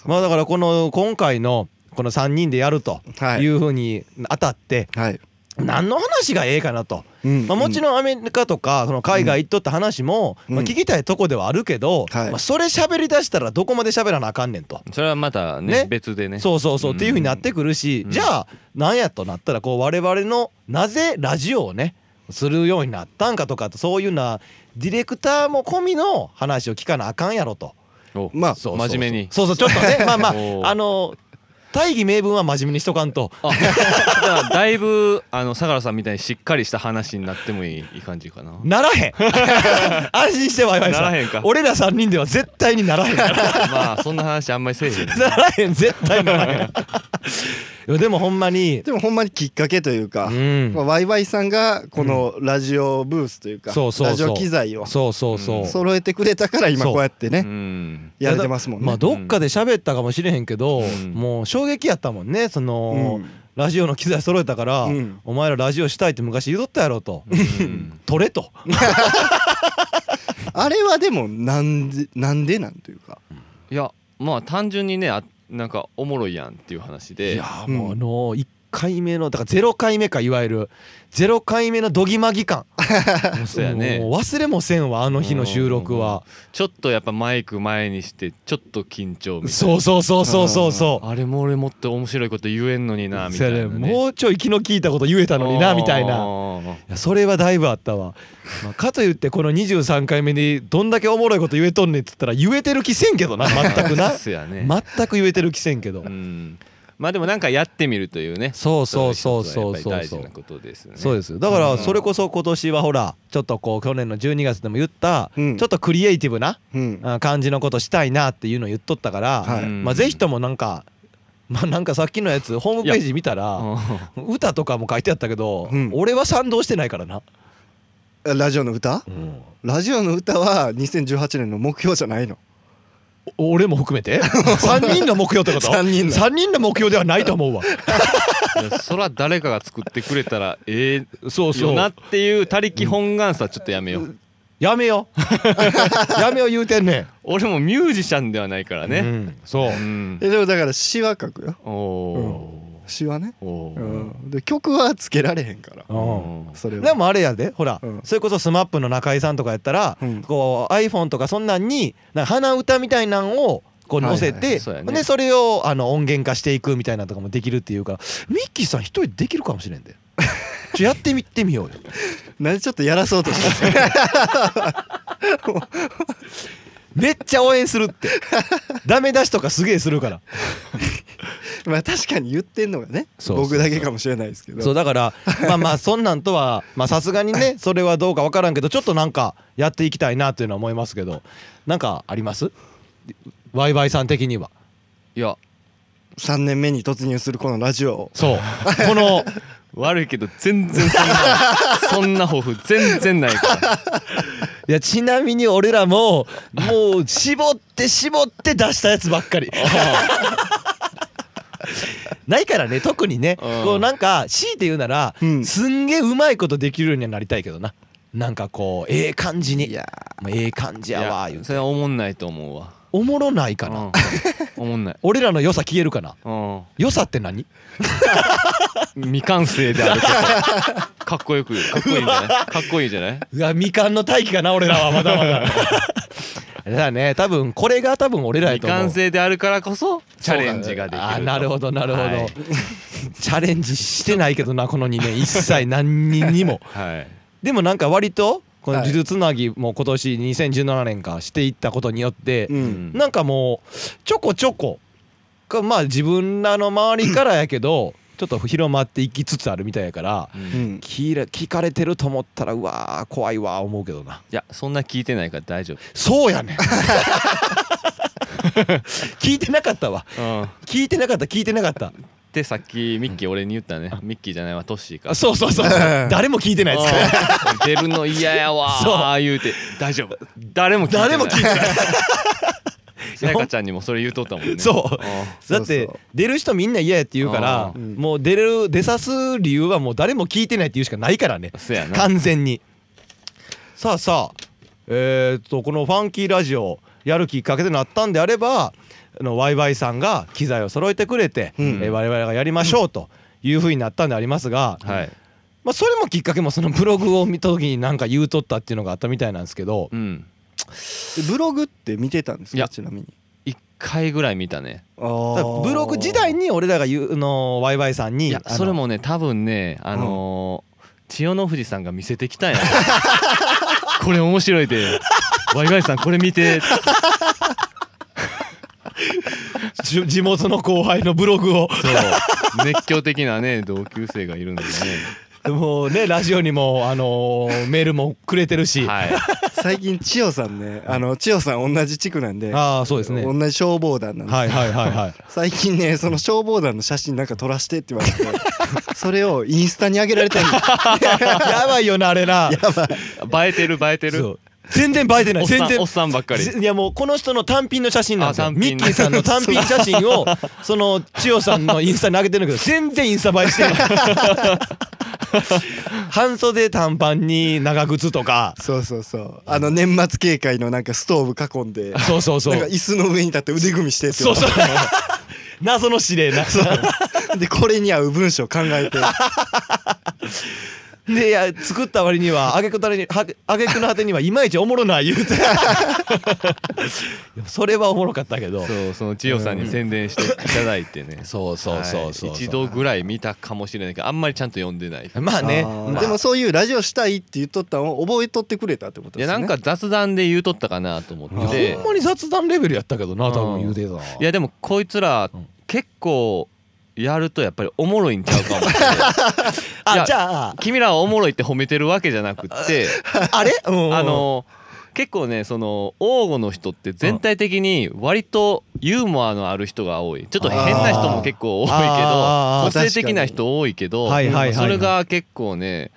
[SPEAKER 2] まあだからこの今回のこの3人でやると
[SPEAKER 1] はい
[SPEAKER 2] いうふうにあたって
[SPEAKER 1] はい、
[SPEAKER 2] 何の話がええかなと、
[SPEAKER 1] うん
[SPEAKER 2] まあ、もちろんアメリカとかその海外行っとった話も、
[SPEAKER 1] うん
[SPEAKER 2] まあ、聞きたいとこではあるけど、
[SPEAKER 1] はい
[SPEAKER 2] まあ、それ喋りだしたらどこまで喋らなあかんねんと。
[SPEAKER 3] それはまた
[SPEAKER 2] ね
[SPEAKER 3] ね別でね
[SPEAKER 2] そうそうそうっていうふうになってくるし、
[SPEAKER 3] うん
[SPEAKER 2] じゃあなんやとなったらこう我々のなぜラジオをねするようになったんかとかそういうなディレクターも込みの話を聞かなあかんやろと
[SPEAKER 3] お
[SPEAKER 1] まあ
[SPEAKER 2] そうそうそう
[SPEAKER 3] 真面目に
[SPEAKER 2] そうそうちょっとねまあまあ
[SPEAKER 3] おー
[SPEAKER 2] あの大義名分は真面目にしとかんと
[SPEAKER 3] あ じゃあだいぶあの相良さんみたいにしっかりした話になってもいいいい感じかな
[SPEAKER 2] ならへ ん安心してワイワイさん
[SPEAKER 3] ならへんか
[SPEAKER 2] 俺ら3人では絶対に ならへんから
[SPEAKER 3] まあそんな話あんまりせえへん
[SPEAKER 2] ならへん絶対な らへんいやでもほんまに
[SPEAKER 1] でもほんまにきっかけというか、
[SPEAKER 2] うん
[SPEAKER 1] まあ、ワイワイさんがこのラジオブースというか、
[SPEAKER 2] そうそうそう
[SPEAKER 1] ラジオ機材を
[SPEAKER 2] そうそうそう、
[SPEAKER 3] うん
[SPEAKER 1] 揃えてくれたから今
[SPEAKER 2] そう
[SPEAKER 1] こうやってね、
[SPEAKER 3] うん
[SPEAKER 1] やれてますもんね、
[SPEAKER 2] まあどっかで喋ったかもしれへんけど、
[SPEAKER 3] うん
[SPEAKER 2] もう衝撃やったもんねその、
[SPEAKER 1] うん
[SPEAKER 2] ラジオの機材揃えたから、
[SPEAKER 1] うん
[SPEAKER 2] お前らラジオしたいって昔言うとったやろと、
[SPEAKER 3] うん
[SPEAKER 2] 取れと
[SPEAKER 1] あれはでもなんでなんでなんというか
[SPEAKER 3] いやまあ単純にねあなんかおもろいやんっていう話
[SPEAKER 2] い
[SPEAKER 3] で
[SPEAKER 2] やーもううんあの1回目のだから0回目かいわゆる0回目のどぎまぎ感
[SPEAKER 3] そうやね
[SPEAKER 2] もう忘れもせんわあの日の収録は
[SPEAKER 3] ちょっとやっぱマイク前にしてちょっと緊張みたい
[SPEAKER 2] そうそうそうそうそうそ
[SPEAKER 3] なあれも俺もっと面白いこと言えんのにな
[SPEAKER 2] う
[SPEAKER 3] み
[SPEAKER 2] そ
[SPEAKER 3] た
[SPEAKER 2] や
[SPEAKER 3] い
[SPEAKER 2] ね
[SPEAKER 3] な、ね、
[SPEAKER 2] もうちょい気の利いたこと言えたのになみたいな
[SPEAKER 3] ない
[SPEAKER 2] やそれはだいぶあったわ、まあ、かといってこの23回目にどんだけおもろいこと言え とんねんっつったら言えてる気せんけどな全くな
[SPEAKER 3] そうやね、
[SPEAKER 2] 全く言えてる気せんけど
[SPEAKER 3] うんまあでもなんかやってみるというね
[SPEAKER 2] そうそうそうそ
[SPEAKER 3] そ
[SPEAKER 2] う
[SPEAKER 3] れ
[SPEAKER 2] そう
[SPEAKER 3] は一つ
[SPEAKER 2] そ
[SPEAKER 3] は
[SPEAKER 2] う
[SPEAKER 3] やっぱり大事なことですね
[SPEAKER 2] そうですよだからそれこそ今年はほらちょっとこう去年の12月でも言った
[SPEAKER 1] うん
[SPEAKER 2] ちょっとクリエイティブな
[SPEAKER 1] うん
[SPEAKER 2] あ感じのことしたいなっていうのを言っとったから、
[SPEAKER 1] はい
[SPEAKER 2] まあぜひともなんかまあなんかさっきのやつホームページ見たら
[SPEAKER 3] も
[SPEAKER 2] 歌とかも書いてあったけど、
[SPEAKER 1] うん
[SPEAKER 2] 俺は賛同してないからな、
[SPEAKER 1] ラジオの歌
[SPEAKER 2] うん
[SPEAKER 1] ラジオの歌は2018年の目標じゃないの
[SPEAKER 2] お俺も含めて3人の目標ってこと
[SPEAKER 1] 三人の
[SPEAKER 2] 三人の目標ではないと思うわ
[SPEAKER 3] そら誰かが作ってくれたらえ
[SPEAKER 2] そう
[SPEAKER 3] えよ
[SPEAKER 2] そう
[SPEAKER 3] なっていう他力本願さちょっとやめよう
[SPEAKER 2] やめよやめよ言うてんね
[SPEAKER 3] 俺もミュージシャンではないから
[SPEAKER 2] んう
[SPEAKER 3] ね
[SPEAKER 2] ん
[SPEAKER 3] う
[SPEAKER 2] そう
[SPEAKER 3] ん
[SPEAKER 1] えでもだから詩は書くよ
[SPEAKER 3] おお
[SPEAKER 1] 詩はね、
[SPEAKER 3] ーお
[SPEAKER 1] う
[SPEAKER 3] ー
[SPEAKER 1] ん、で曲はつけられへんから
[SPEAKER 2] うん
[SPEAKER 1] それは
[SPEAKER 2] でもあれやでほら、
[SPEAKER 1] うん
[SPEAKER 2] それこそ SMAP の中居さんとかやったら、
[SPEAKER 1] うん
[SPEAKER 2] こう iPhone とかそんなんになんか鼻歌みたいなんをこう載せ
[SPEAKER 1] はいはい
[SPEAKER 3] は
[SPEAKER 2] て、
[SPEAKER 3] いそうやね
[SPEAKER 2] でそれをあの音源化していくみたいなとかもできるっていうからミッキーさん一人できるかもしれんでちょやってみてみよう よ
[SPEAKER 1] なんでちょっとやらそうとしてる
[SPEAKER 2] めっちゃ応援するってダメ出しとかすげえするから
[SPEAKER 1] まあ確かに言ってんのがね
[SPEAKER 2] そうそうそ
[SPEAKER 1] 僕
[SPEAKER 2] う
[SPEAKER 1] だけかもしれないですけど
[SPEAKER 2] そうだからまあまあそんなんとはまあさすが にねそれはどうかわからんけどちょっとなんかやっていきたいなというのは思いますけどなんかありますワイワイさん的にはい
[SPEAKER 3] や
[SPEAKER 1] 3年目に突入するこのラジオを
[SPEAKER 2] そうこの
[SPEAKER 3] 悪いけど全然そん なそんな抱負全然ないから
[SPEAKER 2] いやちなみに俺らももう絞って絞って出したやつばっかりないからね特にね
[SPEAKER 3] うん
[SPEAKER 2] こうなんか強いて言うなら、
[SPEAKER 1] うん
[SPEAKER 2] すんげえうまいことできるようにはなりたいけどななんかこうええ感じに
[SPEAKER 1] いや
[SPEAKER 2] まあええ感 じやわ
[SPEAKER 3] い
[SPEAKER 2] 言う
[SPEAKER 3] や
[SPEAKER 2] て
[SPEAKER 3] それはおもんないと思うわ
[SPEAKER 2] おもろないか な、
[SPEAKER 3] うんおもんない
[SPEAKER 2] 俺らの良さ消えるかな
[SPEAKER 3] うん
[SPEAKER 2] 良さって何
[SPEAKER 3] 未完成である ことかっこよくかっこいいんじゃないかっこいいじゃないう
[SPEAKER 2] わ未完の大器かな俺らはまだまだだからね多分これが多分俺らや
[SPEAKER 3] 未
[SPEAKER 2] と思う
[SPEAKER 3] 完成であるからこそチャレンジができる
[SPEAKER 2] あーなるほどなるほど、
[SPEAKER 3] はい
[SPEAKER 2] チャレンジしてないけどなこの2年 一切何人にも
[SPEAKER 3] はい
[SPEAKER 2] でもなんか割とこの
[SPEAKER 1] はい
[SPEAKER 2] 呪術つなぎも今年2017年かしていったことによって、
[SPEAKER 1] うん
[SPEAKER 2] なんかもうちょこちょこかまあ自分らの周りからや けどちょっと広まっていきつつあるみたいやから
[SPEAKER 3] うん
[SPEAKER 1] う
[SPEAKER 3] い
[SPEAKER 1] ん
[SPEAKER 2] 聞いら聞かれてると思ったらうわー怖いわー思うけどな
[SPEAKER 3] やそんな聞いてないから大丈
[SPEAKER 2] そう やねん 聞いてなかったわ
[SPEAKER 3] 夫うんっ
[SPEAKER 2] 聞いてなかった聞いてなかった
[SPEAKER 3] てさっきミッキー俺に言ったねミッキーじゃないわトッシーか
[SPEAKER 2] あそうそうそう誰も聞いてないですから
[SPEAKER 3] うん出るの嫌やわ
[SPEAKER 2] そう
[SPEAKER 3] ー言うて大丈夫誰も聞いてない
[SPEAKER 2] 誰も聞いてない
[SPEAKER 3] さやかちゃんにもそれ言うとったもんね
[SPEAKER 2] そう
[SPEAKER 3] う
[SPEAKER 2] だって
[SPEAKER 1] そうそう
[SPEAKER 2] 出る人みんな嫌やって言うから
[SPEAKER 3] あ
[SPEAKER 1] ー
[SPEAKER 2] もう出る出さす理由はもう誰も聞いてないっていうしかないからね
[SPEAKER 3] んそうやな
[SPEAKER 2] 完全にさあさあえーっとこの「ファンキーラジオ」やるきっかけとなったんであればあのワイワイさんが機材を揃えてくれて、
[SPEAKER 1] うん
[SPEAKER 2] えー我々がやりましょうというふうになったんでありますが、
[SPEAKER 3] はい
[SPEAKER 2] まあ、それもきっかけもそのブログを見た時になんか言うとったっていうのがあったみたいなんですけど
[SPEAKER 3] うん
[SPEAKER 1] ブログって見てたんです
[SPEAKER 3] い
[SPEAKER 1] か
[SPEAKER 3] や
[SPEAKER 1] ちなみに
[SPEAKER 3] 一回ぐらい見たね
[SPEAKER 1] あ
[SPEAKER 2] だから
[SPEAKER 1] ー
[SPEAKER 2] ブログ時代に俺らが言うあのワイワイさんに
[SPEAKER 3] いや
[SPEAKER 2] あの
[SPEAKER 3] それもね多分ねあのー千代の富士さんが見せてきたんや これ面白いでワイワイさんこれ見て
[SPEAKER 2] じ 地元の後輩のブ ログを
[SPEAKER 3] そう熱狂的なね同級生がいるんでね
[SPEAKER 2] もうねラジオにも、あのメールもくれてるし、
[SPEAKER 3] はい
[SPEAKER 1] 最近千代さんねあの千代さん同じ地区なんで
[SPEAKER 2] ああそうですね
[SPEAKER 1] 同じ消防団なんです
[SPEAKER 2] はいはいはいはい
[SPEAKER 1] 最近ねその消防団の写真なんか撮らしてって言わ れてそれをインスタに上げられたんです
[SPEAKER 2] やばいよなあれな
[SPEAKER 3] 映えてる映えて
[SPEAKER 2] そ
[SPEAKER 3] る
[SPEAKER 2] う全然映えてな
[SPEAKER 3] お
[SPEAKER 2] い
[SPEAKER 3] っさ
[SPEAKER 2] 全
[SPEAKER 3] ん
[SPEAKER 2] 然
[SPEAKER 3] おっさんばっかり
[SPEAKER 2] ぜいやもうこの人の単品の写真なんですよ
[SPEAKER 3] あ単品
[SPEAKER 2] ミッキーさんの単品写 真をその千代さんのインスタに上げてるんだけど全然インスタ映えして ない半袖短パンに長靴とか
[SPEAKER 1] そうそうそうあの年末警戒のなんかストーブ囲んで
[SPEAKER 2] そうそうそ
[SPEAKER 1] なんか
[SPEAKER 2] う
[SPEAKER 1] 椅子の上に立って腕組みしてって
[SPEAKER 2] そうそう 謎の指令な
[SPEAKER 1] でこれに合う文章考えて
[SPEAKER 2] でいや作った割には挙句たれには挙句の果てにはいまいちおもろない言 うていやそれはおもろかったけど
[SPEAKER 3] そうその千代さんに宣伝していただいてね
[SPEAKER 2] そうそうそうそう
[SPEAKER 3] はい一度ぐらい見たかもしれないけどあんまりちゃんと読んでない
[SPEAKER 2] まあね
[SPEAKER 1] あー
[SPEAKER 2] まあ
[SPEAKER 1] でもそういうラジオしたいって言っとったのを覚えとってくれたってことで
[SPEAKER 3] いや
[SPEAKER 1] すね
[SPEAKER 3] なんか雑談で言うとったかなと思
[SPEAKER 2] いや
[SPEAKER 3] って
[SPEAKER 2] ほんまに雑談レベルやったけどな多
[SPEAKER 3] う
[SPEAKER 2] 分
[SPEAKER 3] ん
[SPEAKER 2] 言うてたない
[SPEAKER 3] やでもこいつら
[SPEAKER 2] うん
[SPEAKER 3] 結構やるとやっぱりおもろいんちゃうか もってい
[SPEAKER 2] あ
[SPEAKER 3] や
[SPEAKER 2] じゃあ
[SPEAKER 3] 君らはおもろいって褒めてるわけじゃなくって
[SPEAKER 2] あれ、 うん
[SPEAKER 3] あの結構ねその王吾の人って全体的に割とユーモアのある人が多いちょっと変な人も結構多いけど
[SPEAKER 2] あー
[SPEAKER 3] 個性的な人多いけど
[SPEAKER 2] はいはいはい
[SPEAKER 3] それが結構ね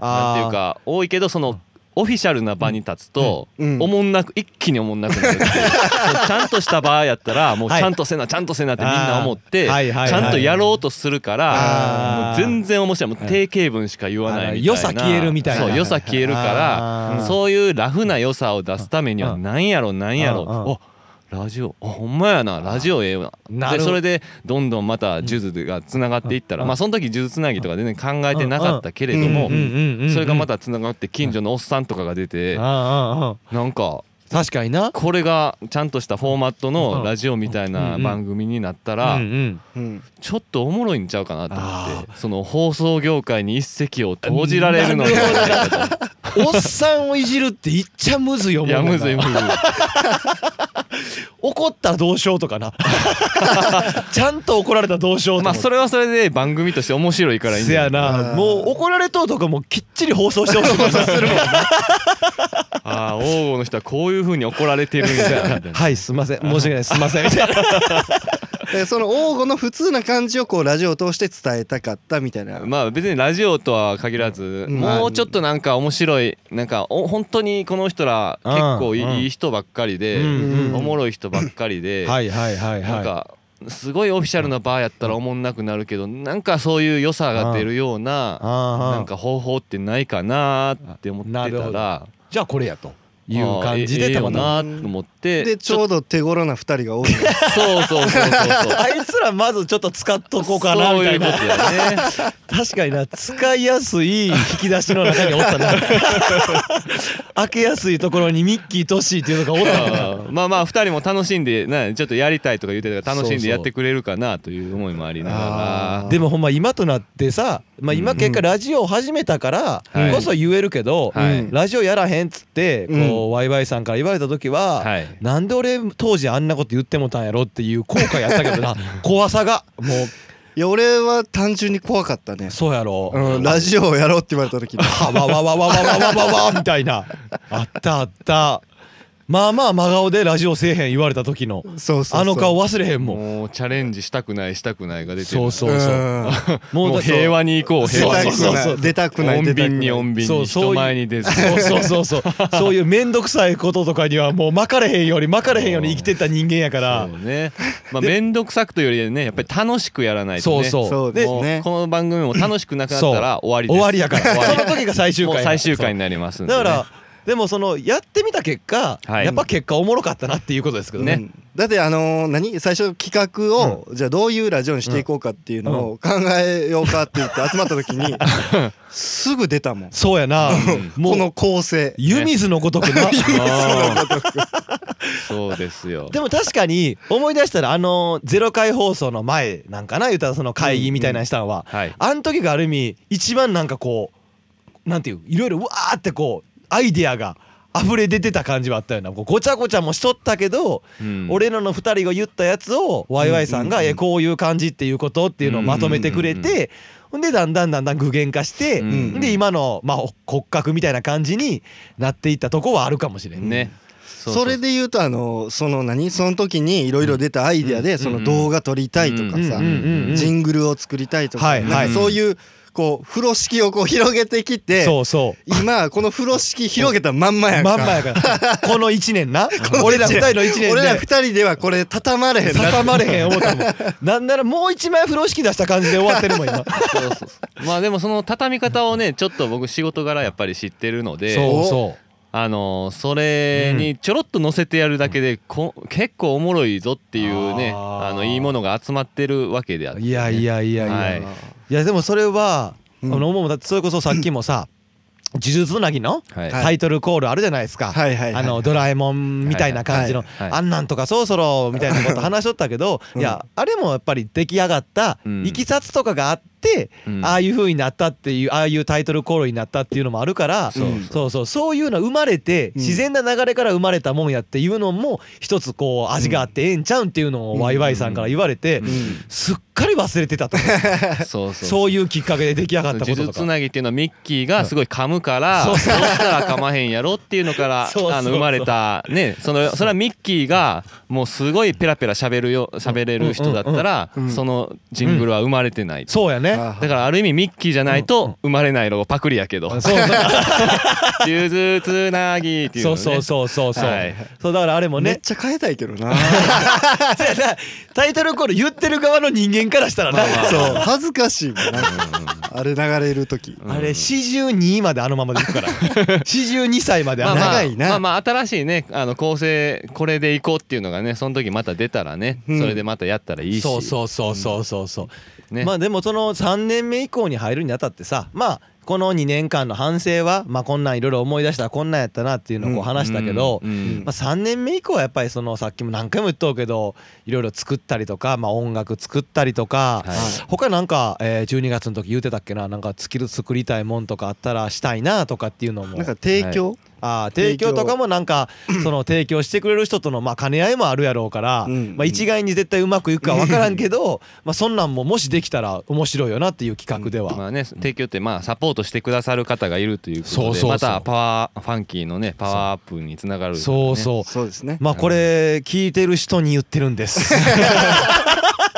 [SPEAKER 3] なんていうか多いけどそのオフィシャルな場に立つと、
[SPEAKER 1] うんうん
[SPEAKER 3] おもんなく一気におもんなくなるっ ていうそうちゃんとした場やったらもうち
[SPEAKER 2] はい
[SPEAKER 3] ゃんとせな、ちゃんとせなってみんな思って、
[SPEAKER 2] あーはいはいはい
[SPEAKER 3] ちゃんとやろうとするからも
[SPEAKER 2] あ
[SPEAKER 3] う
[SPEAKER 2] ー
[SPEAKER 3] 全然面白いもう定型文しか言わないみたいな
[SPEAKER 2] あー良さ消えるみたいな
[SPEAKER 3] そう良さ消えるか
[SPEAKER 2] あー
[SPEAKER 3] らそういうラフな良さを出すためには
[SPEAKER 2] うん
[SPEAKER 3] なんやろなんやろ
[SPEAKER 2] うんうん
[SPEAKER 3] おラジオあほんまやなラジオええわ
[SPEAKER 2] なる
[SPEAKER 3] でそれでどんどんまた数珠がつながっていったら、
[SPEAKER 2] うん
[SPEAKER 3] まあその時数珠つなぎとか全然考えてなかったけれども、
[SPEAKER 1] うんうん
[SPEAKER 3] それがま
[SPEAKER 2] た
[SPEAKER 3] たつながって近所のおっさんとかが出てなんか
[SPEAKER 2] 確かにな
[SPEAKER 3] これがちゃんとしたフォーマット
[SPEAKER 2] うん
[SPEAKER 3] のラジオみたいな番組になったら
[SPEAKER 2] うんうん
[SPEAKER 1] うん
[SPEAKER 3] ちょっとおもろいんちゃうかなと思っ
[SPEAKER 2] あ
[SPEAKER 3] てその放送業界に一石を投じられるのではないかと
[SPEAKER 2] おっさんをいじるっていっちゃむずいよ
[SPEAKER 3] いやむずいむずい
[SPEAKER 2] 怒ったらどうしようと かなちゃんと怒られたらどうしようとか
[SPEAKER 3] まあそれはそれで番組として面白いからいいん
[SPEAKER 2] せ
[SPEAKER 3] だ
[SPEAKER 2] や
[SPEAKER 3] よ
[SPEAKER 2] な
[SPEAKER 1] うん
[SPEAKER 2] もう怒られとうとかもきっちり放送してほしい
[SPEAKER 3] ああ王吾の人はこういうふうに怒られてるんだな みたいな
[SPEAKER 2] はいすいません申し訳ないすいませんみたい な
[SPEAKER 1] でその王吾の普通な感じをこうラジオを通して伝えたかったみたいな、
[SPEAKER 3] まあ別にラジオとは限らず、
[SPEAKER 1] うん
[SPEAKER 3] もうちょっとなんか面白いなんかお本当にこの人ら結構いい,、
[SPEAKER 2] うん
[SPEAKER 3] 人ばっかりで、
[SPEAKER 1] うん
[SPEAKER 3] おもろい人ばっかりで、
[SPEAKER 2] はいはいはい
[SPEAKER 3] なん
[SPEAKER 2] は
[SPEAKER 3] かすごいオフィシャルなバーやったらおもんなくなるけどなんかそういう良さが出るよう
[SPEAKER 2] あ
[SPEAKER 3] な
[SPEAKER 2] ー
[SPEAKER 3] なんか方法ってないかなーって思ってたら
[SPEAKER 2] いじゃあこれやと
[SPEAKER 3] い
[SPEAKER 2] いう感じで
[SPEAKER 3] ええ
[SPEAKER 2] た
[SPEAKER 3] よ
[SPEAKER 2] またま
[SPEAKER 3] なーと思って
[SPEAKER 1] でちょうど手頃な2人が多いんです
[SPEAKER 3] ちょそうそうそうそうそう
[SPEAKER 2] あいつらまずちょっと使っとこうかなみたいな
[SPEAKER 3] そういうことやね
[SPEAKER 2] 確かにな使いやすい引き出しの中にお ったな開けやすいところにミッキートッシーっていうのがおったな
[SPEAKER 3] あーまあまあ2人も楽しんでなちょっとやりたいとか言ってたから楽しんでやってくれるかなという思いもありなが
[SPEAKER 1] あ
[SPEAKER 3] ら
[SPEAKER 1] ー
[SPEAKER 2] でもほんま今となってさ、まあ、今
[SPEAKER 3] うん
[SPEAKER 2] 結果ラジオを始めたから
[SPEAKER 3] はい
[SPEAKER 2] こそ言えるけど、
[SPEAKER 3] はい
[SPEAKER 1] うん
[SPEAKER 2] ラジオやらへんっつってこうワイワイさんから言われた時は、
[SPEAKER 3] はい
[SPEAKER 2] なんで俺当時あんなこと言ってもたんやろっていう後悔やったけどな怖さがも
[SPEAKER 1] いや俺は単純に怖かったね
[SPEAKER 2] う、そうや ろ、
[SPEAKER 1] うん、ラジオをやろうって言われた時に
[SPEAKER 2] はわわわわわわわわわみたいなあったあったまあまあ真顔でラジオせえへん言われた時の
[SPEAKER 1] そうそうそう
[SPEAKER 2] あの顔忘れへんもん
[SPEAKER 3] もうチャレンジしたくないしたくないが出てる
[SPEAKER 2] そうそううそうんも
[SPEAKER 3] もう
[SPEAKER 2] だ
[SPEAKER 3] 平和に行こう
[SPEAKER 1] 出
[SPEAKER 3] 平
[SPEAKER 1] たく
[SPEAKER 3] 和に
[SPEAKER 1] ない
[SPEAKER 3] 行こ
[SPEAKER 2] そうそうそう
[SPEAKER 1] 出た
[SPEAKER 3] う
[SPEAKER 1] くない
[SPEAKER 3] 穏
[SPEAKER 1] 出たく
[SPEAKER 3] 便
[SPEAKER 1] な
[SPEAKER 3] に
[SPEAKER 1] い
[SPEAKER 3] 穏便
[SPEAKER 2] そ
[SPEAKER 3] に
[SPEAKER 2] うそういう
[SPEAKER 3] 人前に出ず
[SPEAKER 2] そうそうそうそうそういう面倒くさいこととかにはもうまかれへんようにまかれへんように生きてった人間やから
[SPEAKER 3] そうねまあ面倒くさくというよりねやっぱり楽しくやらないと
[SPEAKER 2] そう
[SPEAKER 3] ね
[SPEAKER 2] そう
[SPEAKER 1] そう
[SPEAKER 3] で
[SPEAKER 1] です
[SPEAKER 3] もう
[SPEAKER 1] ね
[SPEAKER 3] この番組も楽しくなくなったら終わりです
[SPEAKER 2] 終わりやからその時が最終
[SPEAKER 3] もう
[SPEAKER 2] 回
[SPEAKER 3] 最終回になりますんで
[SPEAKER 2] だ
[SPEAKER 3] ね
[SPEAKER 2] からでもそのやってみた結果
[SPEAKER 3] はい
[SPEAKER 2] やっぱ結果おもろかったなっていうことですけど
[SPEAKER 1] う
[SPEAKER 2] ね
[SPEAKER 1] んだってあのー何最初企画を、じゃあどういうラジオにしていこうかっていうのを考えようかって言って集まった時 にすぐ出たもん
[SPEAKER 2] そうやなも
[SPEAKER 1] こ
[SPEAKER 2] う
[SPEAKER 1] の構成
[SPEAKER 2] 湯水のごとく な
[SPEAKER 3] そうですよ
[SPEAKER 2] でも確かに思い出したらあのゼロ回放送の前なんかな言うたらその会議みたいなのしたのは
[SPEAKER 3] はい
[SPEAKER 2] あの時がある意味一番なんかこうなんていういろいろうわーってこうアイディアが溢れ出てた感じはあったよなこうごちゃごちゃもしとったけど、
[SPEAKER 3] うん
[SPEAKER 2] 俺らの2人が言ったやつをワイワイさんが、
[SPEAKER 1] うんうんうん
[SPEAKER 2] えこういう感じっていうことっていうのをまとめてくれて、
[SPEAKER 3] うんうん
[SPEAKER 2] ほんでだんだんだんだん具現化して、
[SPEAKER 3] うん
[SPEAKER 2] で今の、まあ、骨格みたいな感じになっていったとこはあるかもしれん
[SPEAKER 3] ね
[SPEAKER 1] そうう
[SPEAKER 3] う
[SPEAKER 1] そう
[SPEAKER 3] う
[SPEAKER 1] それで言うとあのその何その時にいろいろ出たアイデアでその動画撮りたいとかさ
[SPEAKER 2] うんうんうんうん
[SPEAKER 1] ジングルを作りたいと
[SPEAKER 2] は
[SPEAKER 1] か
[SPEAKER 2] い
[SPEAKER 1] なんかそういうこう風呂敷をこう広げてきて
[SPEAKER 2] そうそう
[SPEAKER 1] 今この風呂敷広げたまんまやんか
[SPEAKER 2] まんまやからこの1 年な俺ら2人の1年で
[SPEAKER 1] 俺ら二人ではこれ畳まれへんな
[SPEAKER 2] 畳まれへん思ったもん なんならもう一枚風呂敷出した感じで終わってるもん今
[SPEAKER 3] そうそうそうまあでもその畳み方をねちょっと僕仕事柄やっぱり知ってるので
[SPEAKER 2] そうそ
[SPEAKER 3] あのーそれにちょろっと乗せてやるだけでこ結構おもろいぞっていうね
[SPEAKER 2] あー
[SPEAKER 3] あのいいものが集まってるわけであっ
[SPEAKER 2] う
[SPEAKER 3] て、
[SPEAKER 2] いやいやいやいや、、
[SPEAKER 3] はいい
[SPEAKER 2] やでもそれは、
[SPEAKER 1] うん
[SPEAKER 2] あのもうだってそれこそさっきもさ「呪術つなぎ」の
[SPEAKER 3] はい
[SPEAKER 1] は
[SPEAKER 2] タイトルコールあるじゃないですか、
[SPEAKER 1] はいはいはい
[SPEAKER 2] あのドラえもんみたいな感じの、
[SPEAKER 1] はい
[SPEAKER 3] はいはい
[SPEAKER 2] あんなんとかそろそろみたいなこと話しとったけど、
[SPEAKER 1] うん
[SPEAKER 2] いやあれもやっぱり出来上がった
[SPEAKER 3] うん
[SPEAKER 2] いきさつとかがあっって、
[SPEAKER 3] うん
[SPEAKER 2] ああいう風になったっていうああいうタイトルコールになったっていうのもあるから
[SPEAKER 1] そうそう
[SPEAKER 2] そうそうそういうのは生まれて
[SPEAKER 1] うん
[SPEAKER 2] 自然な流れから生まれたもんやっていうのも一つこう味があってええんちゃうんっていうのをワイワイさんから言われて
[SPEAKER 3] うん
[SPEAKER 2] すっかり忘れてたと思う
[SPEAKER 3] そうそう
[SPEAKER 2] そういうきっかけで出来上がったこ
[SPEAKER 3] 呪
[SPEAKER 2] とと
[SPEAKER 3] 術つ
[SPEAKER 2] か。
[SPEAKER 3] なぎっていうのはミッキーがすごい噛むから、
[SPEAKER 2] うん
[SPEAKER 3] どうしたら噛まへんやろっていうのから
[SPEAKER 2] そうそうそう
[SPEAKER 3] あの生まれたねそのそれはミッキーがもうすごいペラペラ喋るよ喋れる人だったら、
[SPEAKER 1] うんうんうん
[SPEAKER 3] そのジングルは生まれてない、
[SPEAKER 2] そうやね。
[SPEAKER 1] あ
[SPEAKER 3] だからある意味ミッキーじゃないと生まれないのがパクリやけど
[SPEAKER 2] そうそう
[SPEAKER 3] 「呪術つなぎ」っていうの、
[SPEAKER 2] そ
[SPEAKER 3] ね、
[SPEAKER 2] うそうそうそうそう、
[SPEAKER 3] はい
[SPEAKER 2] そうだからあれも
[SPEAKER 1] めっ
[SPEAKER 2] ね
[SPEAKER 1] ちゃ変えたいけど な
[SPEAKER 2] そうやなタイトルコール言ってる側の人間からしたらな、
[SPEAKER 1] そう恥ずかしいもんなんかあれ流れる時
[SPEAKER 3] ん
[SPEAKER 2] あれ42まであのままでいくから 42歳まで
[SPEAKER 3] ま
[SPEAKER 2] あ
[SPEAKER 3] あ
[SPEAKER 2] のまま、
[SPEAKER 3] ま
[SPEAKER 1] 長
[SPEAKER 3] あ
[SPEAKER 1] いな
[SPEAKER 3] まあまあ新しいねあの構成これでいこうっていうのがねその時また出たらね、
[SPEAKER 1] うん
[SPEAKER 3] それでまたやったらいいし
[SPEAKER 2] そうそうそうそうそうそう、
[SPEAKER 3] ね
[SPEAKER 2] まあでもその3年目以降に入るにあたってさまあこの2年間の反省はまあこんなんいろいろ思い出したこんなんやったなっていうのをこう話したけど、
[SPEAKER 3] うんうん
[SPEAKER 2] まあ、3年目以降はやっぱりそのさっきも何回も言っとうけどいろいろ作ったりとか、まあ、音楽作ったりとか、
[SPEAKER 3] はい
[SPEAKER 2] 他なんか、えー、12月の時言うてたっけななんか作る作りたいもんとかあったらしたいなとかっていうのも
[SPEAKER 1] なんか提供、
[SPEAKER 2] あー提供とかもなんかその提供してくれる人とのまあ兼ね合いもあるやろうから、
[SPEAKER 1] うん
[SPEAKER 2] まあ、一概に絶対うまくいくか分からんけどまあそんなんももしできたら面白いよなっていう企画では。
[SPEAKER 3] まあね、提供ってまあサポートしてくださる方がいるということで
[SPEAKER 2] そうそうそう
[SPEAKER 3] またパワーファンキーのねパワーアップにつながる、ね、
[SPEAKER 2] そう
[SPEAKER 3] う
[SPEAKER 2] そう
[SPEAKER 1] そうですね
[SPEAKER 2] まあこれ聞いてる人に言ってるんです。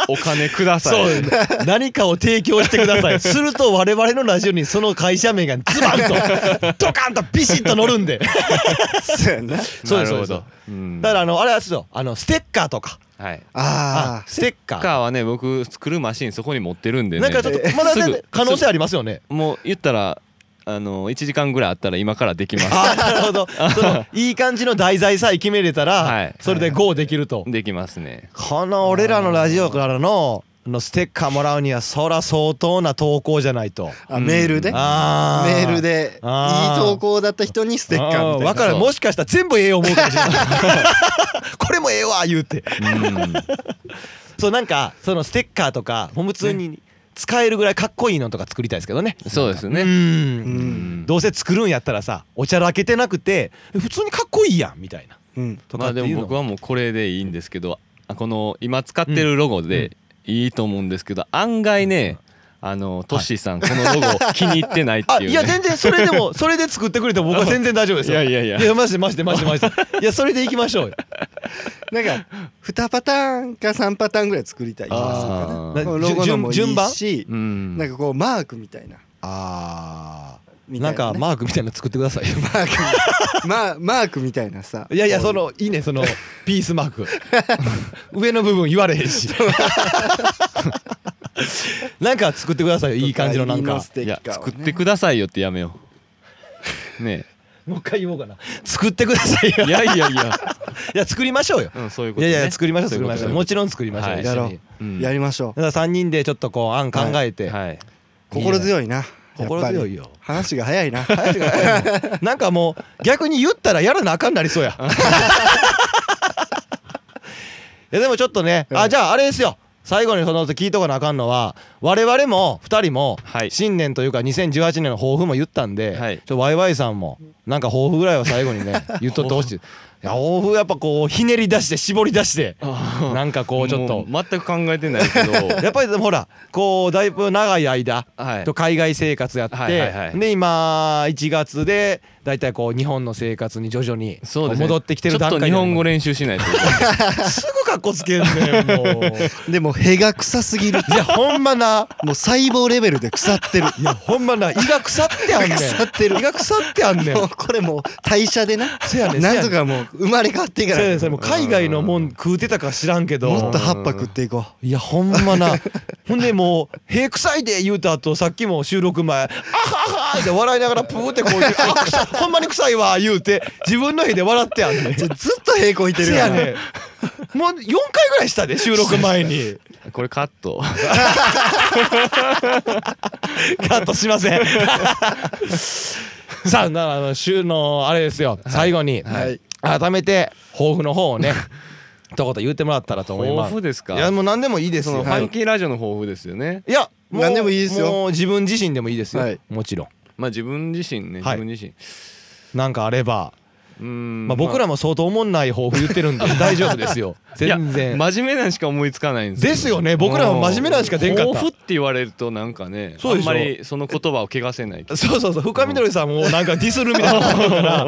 [SPEAKER 3] お金くださ
[SPEAKER 2] そう
[SPEAKER 3] い
[SPEAKER 2] 何かを提供してくださいすると我々のラジオにその会社名がズバンとドカンとビシッと乗るんで
[SPEAKER 1] そうやな
[SPEAKER 2] そう
[SPEAKER 3] な
[SPEAKER 2] で
[SPEAKER 3] る
[SPEAKER 2] すそうで
[SPEAKER 3] ほ
[SPEAKER 2] す
[SPEAKER 3] ど、うん
[SPEAKER 2] だからあのあれはちょっとあのステッカーとか
[SPEAKER 3] はい
[SPEAKER 1] ああ
[SPEAKER 2] ステッカ
[SPEAKER 3] カー
[SPEAKER 2] ー
[SPEAKER 3] はね僕作るマシンそこに持ってるんでね
[SPEAKER 2] なんかちょっとまだ
[SPEAKER 3] す
[SPEAKER 2] 全
[SPEAKER 3] ぐ
[SPEAKER 2] 然可能性ありますよね
[SPEAKER 3] もう言ったらあの1時間ぐらいあったら今からできます
[SPEAKER 2] あ なるほどそのいい感じの題材さえ決めれたら、
[SPEAKER 3] はい
[SPEAKER 2] それで GO できると、
[SPEAKER 3] できますね
[SPEAKER 2] この俺らのラジオからののステッカーもらうにはそら相当な投稿じゃないと
[SPEAKER 1] あメールでメ
[SPEAKER 2] あー
[SPEAKER 1] ールでいい
[SPEAKER 2] あー
[SPEAKER 1] 投稿だった人にステッカーみたいな
[SPEAKER 2] わからん
[SPEAKER 3] そう
[SPEAKER 2] もしかしたら全部ええ思うかもしれないこれもええわ言うて
[SPEAKER 3] うん
[SPEAKER 2] そうなんかそのステッカーとかもう普通に使えるぐらいかっこいいのとか作りたいですけどね
[SPEAKER 3] そうです
[SPEAKER 2] う
[SPEAKER 3] ね
[SPEAKER 1] うんん
[SPEAKER 2] どうせ作るんやったらさお茶らけてなくて普通にかっこいいやんみたいな
[SPEAKER 1] うん
[SPEAKER 2] と
[SPEAKER 3] ま
[SPEAKER 2] か
[SPEAKER 3] あ
[SPEAKER 2] って
[SPEAKER 3] で
[SPEAKER 2] いう
[SPEAKER 3] も
[SPEAKER 2] の
[SPEAKER 3] 僕はもうこれでいいんですけどあこの今使ってるロゴでいいと思うんですけど案外ねあのトッシーさんこのロゴ気に入ってないって
[SPEAKER 2] あ
[SPEAKER 3] いう
[SPEAKER 2] い
[SPEAKER 3] ね
[SPEAKER 2] や全然それでもそれで作ってくれても僕は全然大丈夫ですよ
[SPEAKER 3] いやいやいや
[SPEAKER 2] いやマジでマジでマジでマジでいやそれでいきましょうよ
[SPEAKER 1] なんか2パターンか3パターンぐらい作りたい気がする
[SPEAKER 3] あ
[SPEAKER 1] か
[SPEAKER 2] ー
[SPEAKER 1] らロゴのもい
[SPEAKER 2] 順順番
[SPEAKER 1] いし
[SPEAKER 3] うん
[SPEAKER 1] なんかこうマークみたいな
[SPEAKER 2] あー
[SPEAKER 1] み
[SPEAKER 2] な
[SPEAKER 1] た
[SPEAKER 2] ん
[SPEAKER 1] いな
[SPEAKER 2] か
[SPEAKER 1] ね
[SPEAKER 2] マークみたいなの作ってくださいよ
[SPEAKER 1] マークまマークみたいなさ
[SPEAKER 2] いやいやそのいいねそのピースマーク上の部分言われへんしなんか作ってくださいよいい感じのなんか
[SPEAKER 1] ステ
[SPEAKER 3] い
[SPEAKER 1] ッ
[SPEAKER 3] や
[SPEAKER 1] カーを
[SPEAKER 3] 作
[SPEAKER 1] ね
[SPEAKER 3] ってくださいよってやめよ うね
[SPEAKER 2] もう一回言おうかな作ってくださいよ
[SPEAKER 3] えいやいやいや
[SPEAKER 2] いや作りましょうよ
[SPEAKER 3] うんそういうこ
[SPEAKER 2] い
[SPEAKER 3] と
[SPEAKER 2] や
[SPEAKER 3] ね
[SPEAKER 2] いや作りましょう
[SPEAKER 3] そうい
[SPEAKER 2] 作
[SPEAKER 3] うこ
[SPEAKER 2] りま
[SPEAKER 3] と
[SPEAKER 2] しょうもちろん作りましょ
[SPEAKER 3] は
[SPEAKER 2] う
[SPEAKER 3] い
[SPEAKER 2] 一
[SPEAKER 1] やろ
[SPEAKER 2] 緒
[SPEAKER 1] う
[SPEAKER 2] に
[SPEAKER 3] うん
[SPEAKER 1] やりましょう
[SPEAKER 2] だから三人でちょっとこう案考え て
[SPEAKER 3] はい
[SPEAKER 1] 心強いなやっぱり
[SPEAKER 2] 心強いよ
[SPEAKER 1] 話が早いな
[SPEAKER 2] 早く早くもうなんかもう逆に言ったらやらなあかんなりそうやいやでもちょっとね
[SPEAKER 1] う
[SPEAKER 2] あ
[SPEAKER 1] ん
[SPEAKER 2] じゃああれですよ最後にその聞いとかなあかんのは我々も2人も
[SPEAKER 3] はい
[SPEAKER 2] 新年というか2018年の抱負も言ったんで、
[SPEAKER 3] はい
[SPEAKER 2] ちょワイワイさんもなんか抱負ぐらいは最後にね言っとってほしいいや抱負やっぱこうひねり出して絞り出してなんかこうちょっと
[SPEAKER 3] もう全く考えてないけど
[SPEAKER 2] やっぱりでもほらこうだいぶ長い間
[SPEAKER 3] はい
[SPEAKER 2] と海外生活やって、
[SPEAKER 3] はいはいはい
[SPEAKER 2] で今1月でだいたいこう日本の生活に徐々に
[SPEAKER 3] そうですね
[SPEAKER 2] 戻ってきてる段階
[SPEAKER 3] ちょっと日本語
[SPEAKER 2] で
[SPEAKER 3] 練習しないと
[SPEAKER 2] すぐかっこつけるねもう
[SPEAKER 1] でもへが臭すぎる
[SPEAKER 2] いやほんまな
[SPEAKER 1] もう細胞レベルで腐ってる
[SPEAKER 2] いやほんまな胃が腐ってあん ねん
[SPEAKER 1] 腐ってる
[SPEAKER 2] 胃が腐ってあんねん
[SPEAKER 1] もうこれもう代謝でな
[SPEAKER 2] せやねん
[SPEAKER 1] なんとかもう生まれ変わっていか
[SPEAKER 2] そ
[SPEAKER 1] な
[SPEAKER 2] う
[SPEAKER 1] い
[SPEAKER 2] やそれもう海外のもん食うてたか知らんけど
[SPEAKER 1] もっと葉っぱ食っていこ
[SPEAKER 2] いやほんまなほんでもう「へえ臭いで」言うた後さっきも収録前「あはは」って笑いながらプーってこう言って「あ臭いほんまに臭いわ」言うて自分の部屋で笑ってやんねん。
[SPEAKER 1] うずずっと平行いてる
[SPEAKER 2] せ
[SPEAKER 1] よ
[SPEAKER 2] や
[SPEAKER 1] な
[SPEAKER 2] ねんもう4回ぐらいしたで収録前に
[SPEAKER 3] これカット
[SPEAKER 2] カットしませんさあなあの週のあれですよ、最後に、
[SPEAKER 1] はい
[SPEAKER 2] 改めて抱負の方をね一言言ってもらったらと思い
[SPEAKER 3] 抱
[SPEAKER 2] ます
[SPEAKER 3] 負ですか
[SPEAKER 2] いやもう何でもいいで
[SPEAKER 3] そ
[SPEAKER 2] すよ
[SPEAKER 3] のフ
[SPEAKER 2] は
[SPEAKER 3] ァ
[SPEAKER 2] い
[SPEAKER 3] ンキーラジオの抱負ですよね
[SPEAKER 2] いやもう
[SPEAKER 1] 何でもいいですよ
[SPEAKER 2] もう自分自身でもいいですよ、
[SPEAKER 1] はい
[SPEAKER 2] もちろん
[SPEAKER 3] まあ自分自身ね
[SPEAKER 2] は
[SPEAKER 3] 自
[SPEAKER 2] い
[SPEAKER 3] 分自身
[SPEAKER 2] なんかあれば、
[SPEAKER 3] うーん
[SPEAKER 2] まあ、僕らも相当おもんない抱負言ってるんで大丈夫で すよ
[SPEAKER 3] いや
[SPEAKER 2] 全然
[SPEAKER 3] 真面目なんしか思いつかないんです
[SPEAKER 2] ですよね僕らも真面目なんしか出んかった
[SPEAKER 3] 抱負って言われるとなんかね
[SPEAKER 2] そう
[SPEAKER 3] あ
[SPEAKER 2] で
[SPEAKER 3] ん
[SPEAKER 2] しょ
[SPEAKER 3] まりその言葉を汚せない
[SPEAKER 2] そうそうそう深緑さんもなんかディスるみたいなことだから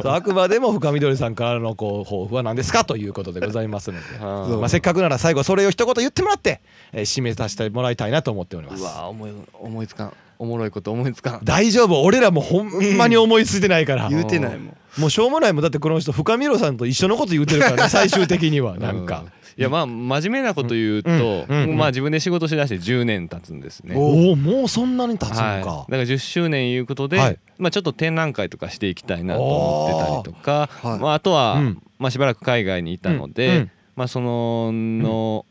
[SPEAKER 2] そうあくまでも深緑さんからのこう抱負は何ですかということでございますので、
[SPEAKER 3] は
[SPEAKER 1] そう
[SPEAKER 2] まあ、せっかくなら最後それを一言言ってもらって、えー締めさせてもらいたいなと思っておりま
[SPEAKER 3] あ
[SPEAKER 2] す
[SPEAKER 3] うわ思い思いつかんおもろいこと思いつかん
[SPEAKER 2] 大丈夫俺らもほんまに思いついてないから、
[SPEAKER 1] 言うてないもん
[SPEAKER 2] もうしょうもないもんだってこの人深緑さんと一緒のこと言ってるか らね最終的には なんか、
[SPEAKER 3] いやまあ真面目なこと言うと、
[SPEAKER 2] うんうんうん
[SPEAKER 3] まあ自分で仕事しだして10年経つんですね。
[SPEAKER 2] おおもうそんなに経つのか、
[SPEAKER 3] はい、だから10周年いうことで、
[SPEAKER 2] はい
[SPEAKER 3] まあ、ちょっと展覧会とかしていきたいなと思ってたりとか、
[SPEAKER 1] おーはい
[SPEAKER 3] まあ、あとは、
[SPEAKER 2] うん
[SPEAKER 3] まあ、しばらく海外にいたので、
[SPEAKER 2] うん
[SPEAKER 3] まあ、そのの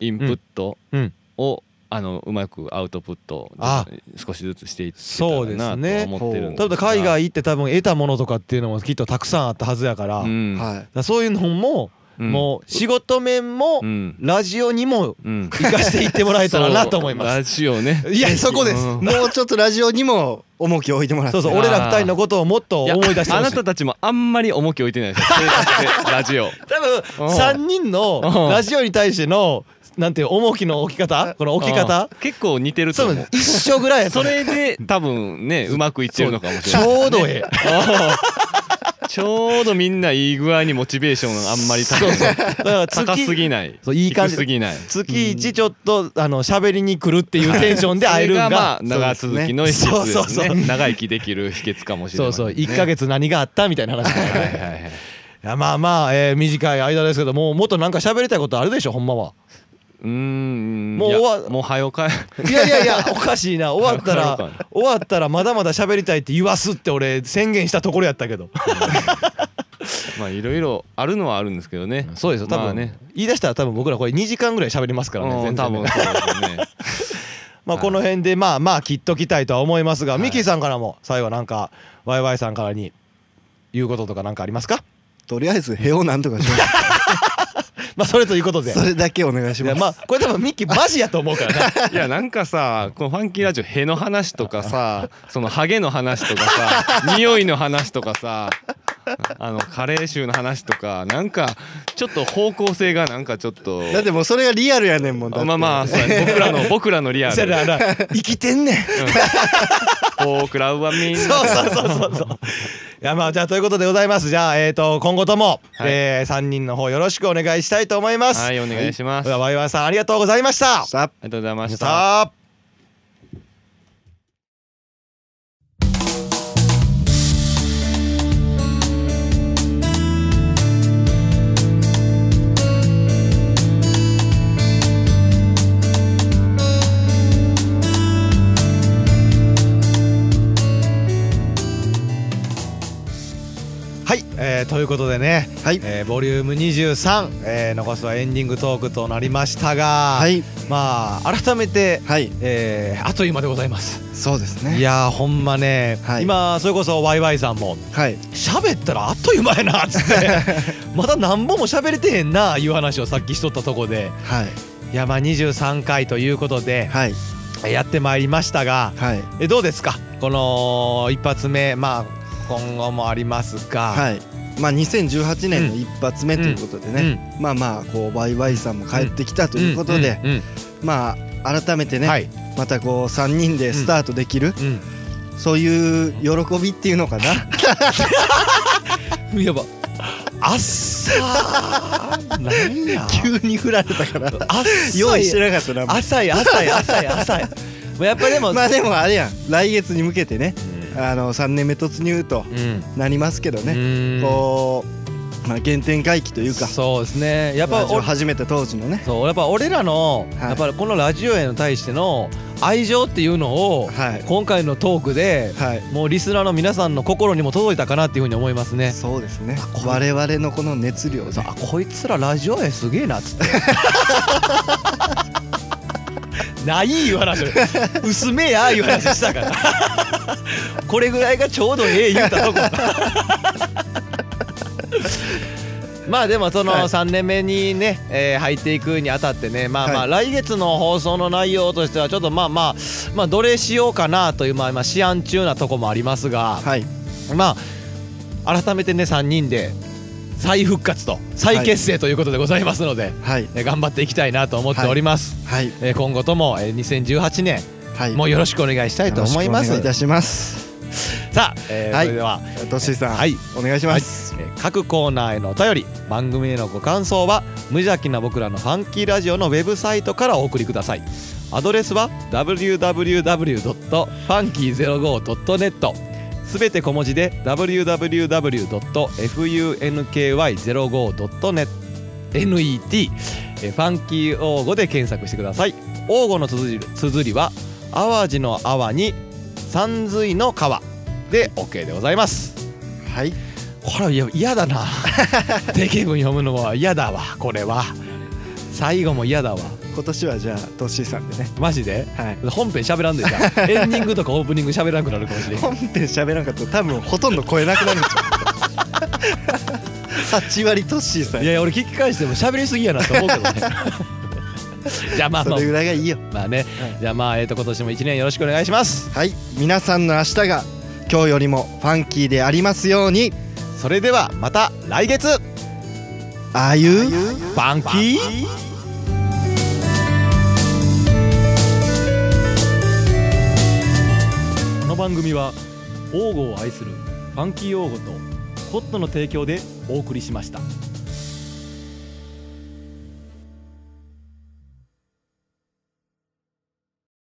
[SPEAKER 3] インプット
[SPEAKER 2] うん
[SPEAKER 3] を、あのうまくアウトプット
[SPEAKER 2] あ
[SPEAKER 3] を少しずつしていってた
[SPEAKER 2] そうです
[SPEAKER 3] らな
[SPEAKER 2] ね
[SPEAKER 3] と思ってるんです
[SPEAKER 2] 多
[SPEAKER 3] が
[SPEAKER 2] 分海外行って多分得たものとかっていうのもきっとたくさんあったはずやから,、だか
[SPEAKER 3] ん
[SPEAKER 1] はい
[SPEAKER 2] らそういうのも、
[SPEAKER 3] うん
[SPEAKER 2] もう仕事面も、
[SPEAKER 3] うん
[SPEAKER 2] ラジオにも
[SPEAKER 3] うん、
[SPEAKER 2] 生かしていってもらえたらなと思いま
[SPEAKER 3] ラジオね
[SPEAKER 2] すいやそこです
[SPEAKER 3] うん
[SPEAKER 1] もうちょっとラジオにも重きを置いてもらって
[SPEAKER 2] そうそう
[SPEAKER 3] あー
[SPEAKER 2] 俺ら二人のことをもっと 思い出して
[SPEAKER 3] やあ
[SPEAKER 2] ほ
[SPEAKER 3] な
[SPEAKER 2] し
[SPEAKER 3] いたたちもあんまり重き置いてないですよ生活でラジ オ
[SPEAKER 2] 多分
[SPEAKER 3] うん
[SPEAKER 2] 3人の
[SPEAKER 3] うん
[SPEAKER 2] ラジオに対してのなんていう重きの置き方この置き
[SPEAKER 3] う
[SPEAKER 2] 方
[SPEAKER 3] ん結構似てると
[SPEAKER 2] そう
[SPEAKER 3] 思
[SPEAKER 2] なん
[SPEAKER 3] う
[SPEAKER 2] です一緒ぐらいやと
[SPEAKER 3] そ
[SPEAKER 2] 思う
[SPEAKER 3] れ で多分ねうま くいってるのかもし
[SPEAKER 2] ち
[SPEAKER 3] れない
[SPEAKER 2] ょうどええ
[SPEAKER 3] ちょうどみんないい具合にモチベーションあんまり高い
[SPEAKER 2] だから月
[SPEAKER 3] 高すぎない
[SPEAKER 2] そういい感じ
[SPEAKER 3] 低すぎない
[SPEAKER 2] 月一ちょっとあの喋りに来るっていうテンションで会えるん
[SPEAKER 3] それま
[SPEAKER 2] が
[SPEAKER 3] あ長続きの秘
[SPEAKER 2] そ
[SPEAKER 3] 訣
[SPEAKER 2] う
[SPEAKER 3] で
[SPEAKER 2] そう
[SPEAKER 3] す
[SPEAKER 2] そう
[SPEAKER 3] ね長生きできる秘訣かもしれ
[SPEAKER 2] そ
[SPEAKER 3] な
[SPEAKER 2] う
[SPEAKER 3] い
[SPEAKER 2] そう1か月何があったみたいな話だから
[SPEAKER 3] はいはいはい
[SPEAKER 2] いやまあまあえー短い間ですけどもうもっとなんか喋りたいことあるでしょほんまは
[SPEAKER 3] うーん
[SPEAKER 2] もう
[SPEAKER 3] いや
[SPEAKER 2] 終わ
[SPEAKER 3] もう早よか
[SPEAKER 2] いやいやいやおかしいな終わった
[SPEAKER 3] わかるわから
[SPEAKER 2] 終わったらまだまだ喋りたいって言わすって俺宣言したところやったけど
[SPEAKER 3] まあいろいろあるのはあるんですけどね
[SPEAKER 2] そうですよ多
[SPEAKER 3] ま
[SPEAKER 2] 分
[SPEAKER 3] あね
[SPEAKER 2] 言い出したら多分僕らこれ2時間ぐらい喋りますからね
[SPEAKER 3] う
[SPEAKER 2] 全
[SPEAKER 3] ん多
[SPEAKER 2] 然ね
[SPEAKER 3] 分そうですよね
[SPEAKER 2] まあこの辺でまあまあ切っときたいとは思いますがミキさんからも最後なんかワイワイさんからに言うこととかなんかありますか
[SPEAKER 1] とりあえずへをなんとかしま
[SPEAKER 2] ま あそれということです
[SPEAKER 1] それだけお願いし
[SPEAKER 2] い
[SPEAKER 1] ま
[SPEAKER 2] や
[SPEAKER 1] す
[SPEAKER 2] まあこれ多分ミキマジやと思うか らね
[SPEAKER 3] いやなんかさこのファンキーラジオへの話とかさそのハゲの話とかさ 匂いの話とかさあのカレー臭の話とかなんかちょっと方向性がなんかちょっと
[SPEAKER 1] だってもうそれがリアルやねんもんだって
[SPEAKER 3] まあまあそうやね僕らの僕らのリア
[SPEAKER 2] そや
[SPEAKER 3] ル
[SPEAKER 2] なな生きてんねん
[SPEAKER 3] 僕らはみんな
[SPEAKER 2] そうそうそうそうそういやまあじゃあということでございますじゃあえっ、と今後とも、
[SPEAKER 3] はい
[SPEAKER 2] えー、3人の方よろしくお願いしたいと思います
[SPEAKER 3] はいお願いします、
[SPEAKER 2] では
[SPEAKER 3] あ
[SPEAKER 2] ワイワイさんありがとうございました
[SPEAKER 1] さあ
[SPEAKER 3] りがとうございました
[SPEAKER 2] さあはい、えーということでね、
[SPEAKER 1] はい
[SPEAKER 2] えーボリューム23、えー残すはエンディングトークとなりましたが、
[SPEAKER 1] はい
[SPEAKER 2] まあ改めて、
[SPEAKER 1] はい
[SPEAKER 2] えーあっという間でございます。
[SPEAKER 1] そうですね
[SPEAKER 2] いやーほんまね、
[SPEAKER 1] はい
[SPEAKER 2] 今それこそワイワイさんも
[SPEAKER 1] はい
[SPEAKER 2] 喋ったらあっという間やなっつって まだ何本も喋れてへんないう話をさっきしとったとこで
[SPEAKER 1] はい
[SPEAKER 2] いやまあ23回ということで
[SPEAKER 1] はい
[SPEAKER 2] やってまいりましたが
[SPEAKER 1] はい
[SPEAKER 2] えどうですかこの一発目まあ今後もありますが、
[SPEAKER 1] はいまあ2018年の一発目ということで
[SPEAKER 2] うん
[SPEAKER 1] ね、まあまあこうワイワイさんも帰ってきたということで、
[SPEAKER 2] うんうん
[SPEAKER 1] まあ改めて
[SPEAKER 2] うん
[SPEAKER 1] ね、
[SPEAKER 2] はい、
[SPEAKER 1] またこう3人でスタートできる、
[SPEAKER 2] う
[SPEAKER 1] そういう喜びっていうのかな
[SPEAKER 2] ん、 やばあっさーなんや
[SPEAKER 1] 急に振られたから
[SPEAKER 2] あっさ い
[SPEAKER 1] 用意してなかったな
[SPEAKER 2] 浅い浅い浅い浅いもうやっぱりでも、
[SPEAKER 1] まあでもあれやん来月に向けてねあの3年目突入と
[SPEAKER 2] うん
[SPEAKER 1] なりますけどね、
[SPEAKER 2] ね
[SPEAKER 1] こう、まあ、原点回帰というか
[SPEAKER 2] そうですねやっぱ
[SPEAKER 1] ラジオ
[SPEAKER 2] お
[SPEAKER 1] 始めた当時のね
[SPEAKER 2] そうやっぱ俺らの、
[SPEAKER 1] はい
[SPEAKER 2] やっぱりこのラジオへの対しての愛情っていうのを、
[SPEAKER 1] はい
[SPEAKER 2] 今回のトークで、
[SPEAKER 1] はい
[SPEAKER 2] もうリスナーの皆さんの心にも届いたかなっていうふうに思いますね。
[SPEAKER 1] そうですね
[SPEAKER 2] あこう
[SPEAKER 1] 我々のこの熱量ね
[SPEAKER 2] そうあこいつらラジオへすげえなっつって ないいう話薄めやいう話したから これぐらいがちょうどええ言うたとこ まあでもその
[SPEAKER 1] はい
[SPEAKER 2] 3年目にね、えー入っていくにあたってねまあま
[SPEAKER 1] は
[SPEAKER 2] あ
[SPEAKER 1] い
[SPEAKER 2] 来月の放送の内容としてはちょっとまあまあまあどれしようかなというまあ今試案中なとこもありますが
[SPEAKER 1] はい
[SPEAKER 2] まあ改めてね3人で再復活と再結成ということでございますので、
[SPEAKER 1] はい
[SPEAKER 2] えー頑張っていきたいなと思っております、
[SPEAKER 1] はい
[SPEAKER 2] えー今後ともえー2018年
[SPEAKER 1] はい
[SPEAKER 2] もうよろしくお願いしたいと思います
[SPEAKER 1] よろしくお願いいたします
[SPEAKER 2] さあ、えー
[SPEAKER 1] はい
[SPEAKER 2] それでは
[SPEAKER 1] トッシーさん、
[SPEAKER 2] はい
[SPEAKER 1] お願いします、
[SPEAKER 2] えー各コーナーへのお便り番組へのご感想は無邪気な僕らのファンキーラジオのウェブサイトからお送りくださいアドレスは www.funky05.net すべて小文字で www.funky05.net えーファンキー王語で検索してください王語の綴り綴りは淡路の淡に山水の川で OK でございます
[SPEAKER 1] はい
[SPEAKER 2] これはいや 嫌だな定型文読むのは嫌だわこれは最後も嫌だわ
[SPEAKER 1] 今年はじゃあトッシーさんでね
[SPEAKER 2] マジで
[SPEAKER 1] はい
[SPEAKER 2] 本編喋らんでじゃ あエンディングとかオープニング喋らなくなるかもしれん
[SPEAKER 1] 本編喋らんかったら多分ほとんど超えなくなるんちゃう 8割トッシーさん
[SPEAKER 2] いやいや俺聞き返しても喋りすぎやなと思うけ どねじゃあまあ
[SPEAKER 1] そ
[SPEAKER 2] まあ
[SPEAKER 1] れぐらいがいいよ
[SPEAKER 2] まあね、
[SPEAKER 1] はい
[SPEAKER 2] じゃあまあえっ、と今年も一年よろしくお願いします
[SPEAKER 1] はい皆さんの明日が今日よりもファンキーでありますように
[SPEAKER 2] それではまた来月
[SPEAKER 1] ああいう
[SPEAKER 2] バンキーこの番組は王語を愛するファンキー王語とコットの提供でお送りしました。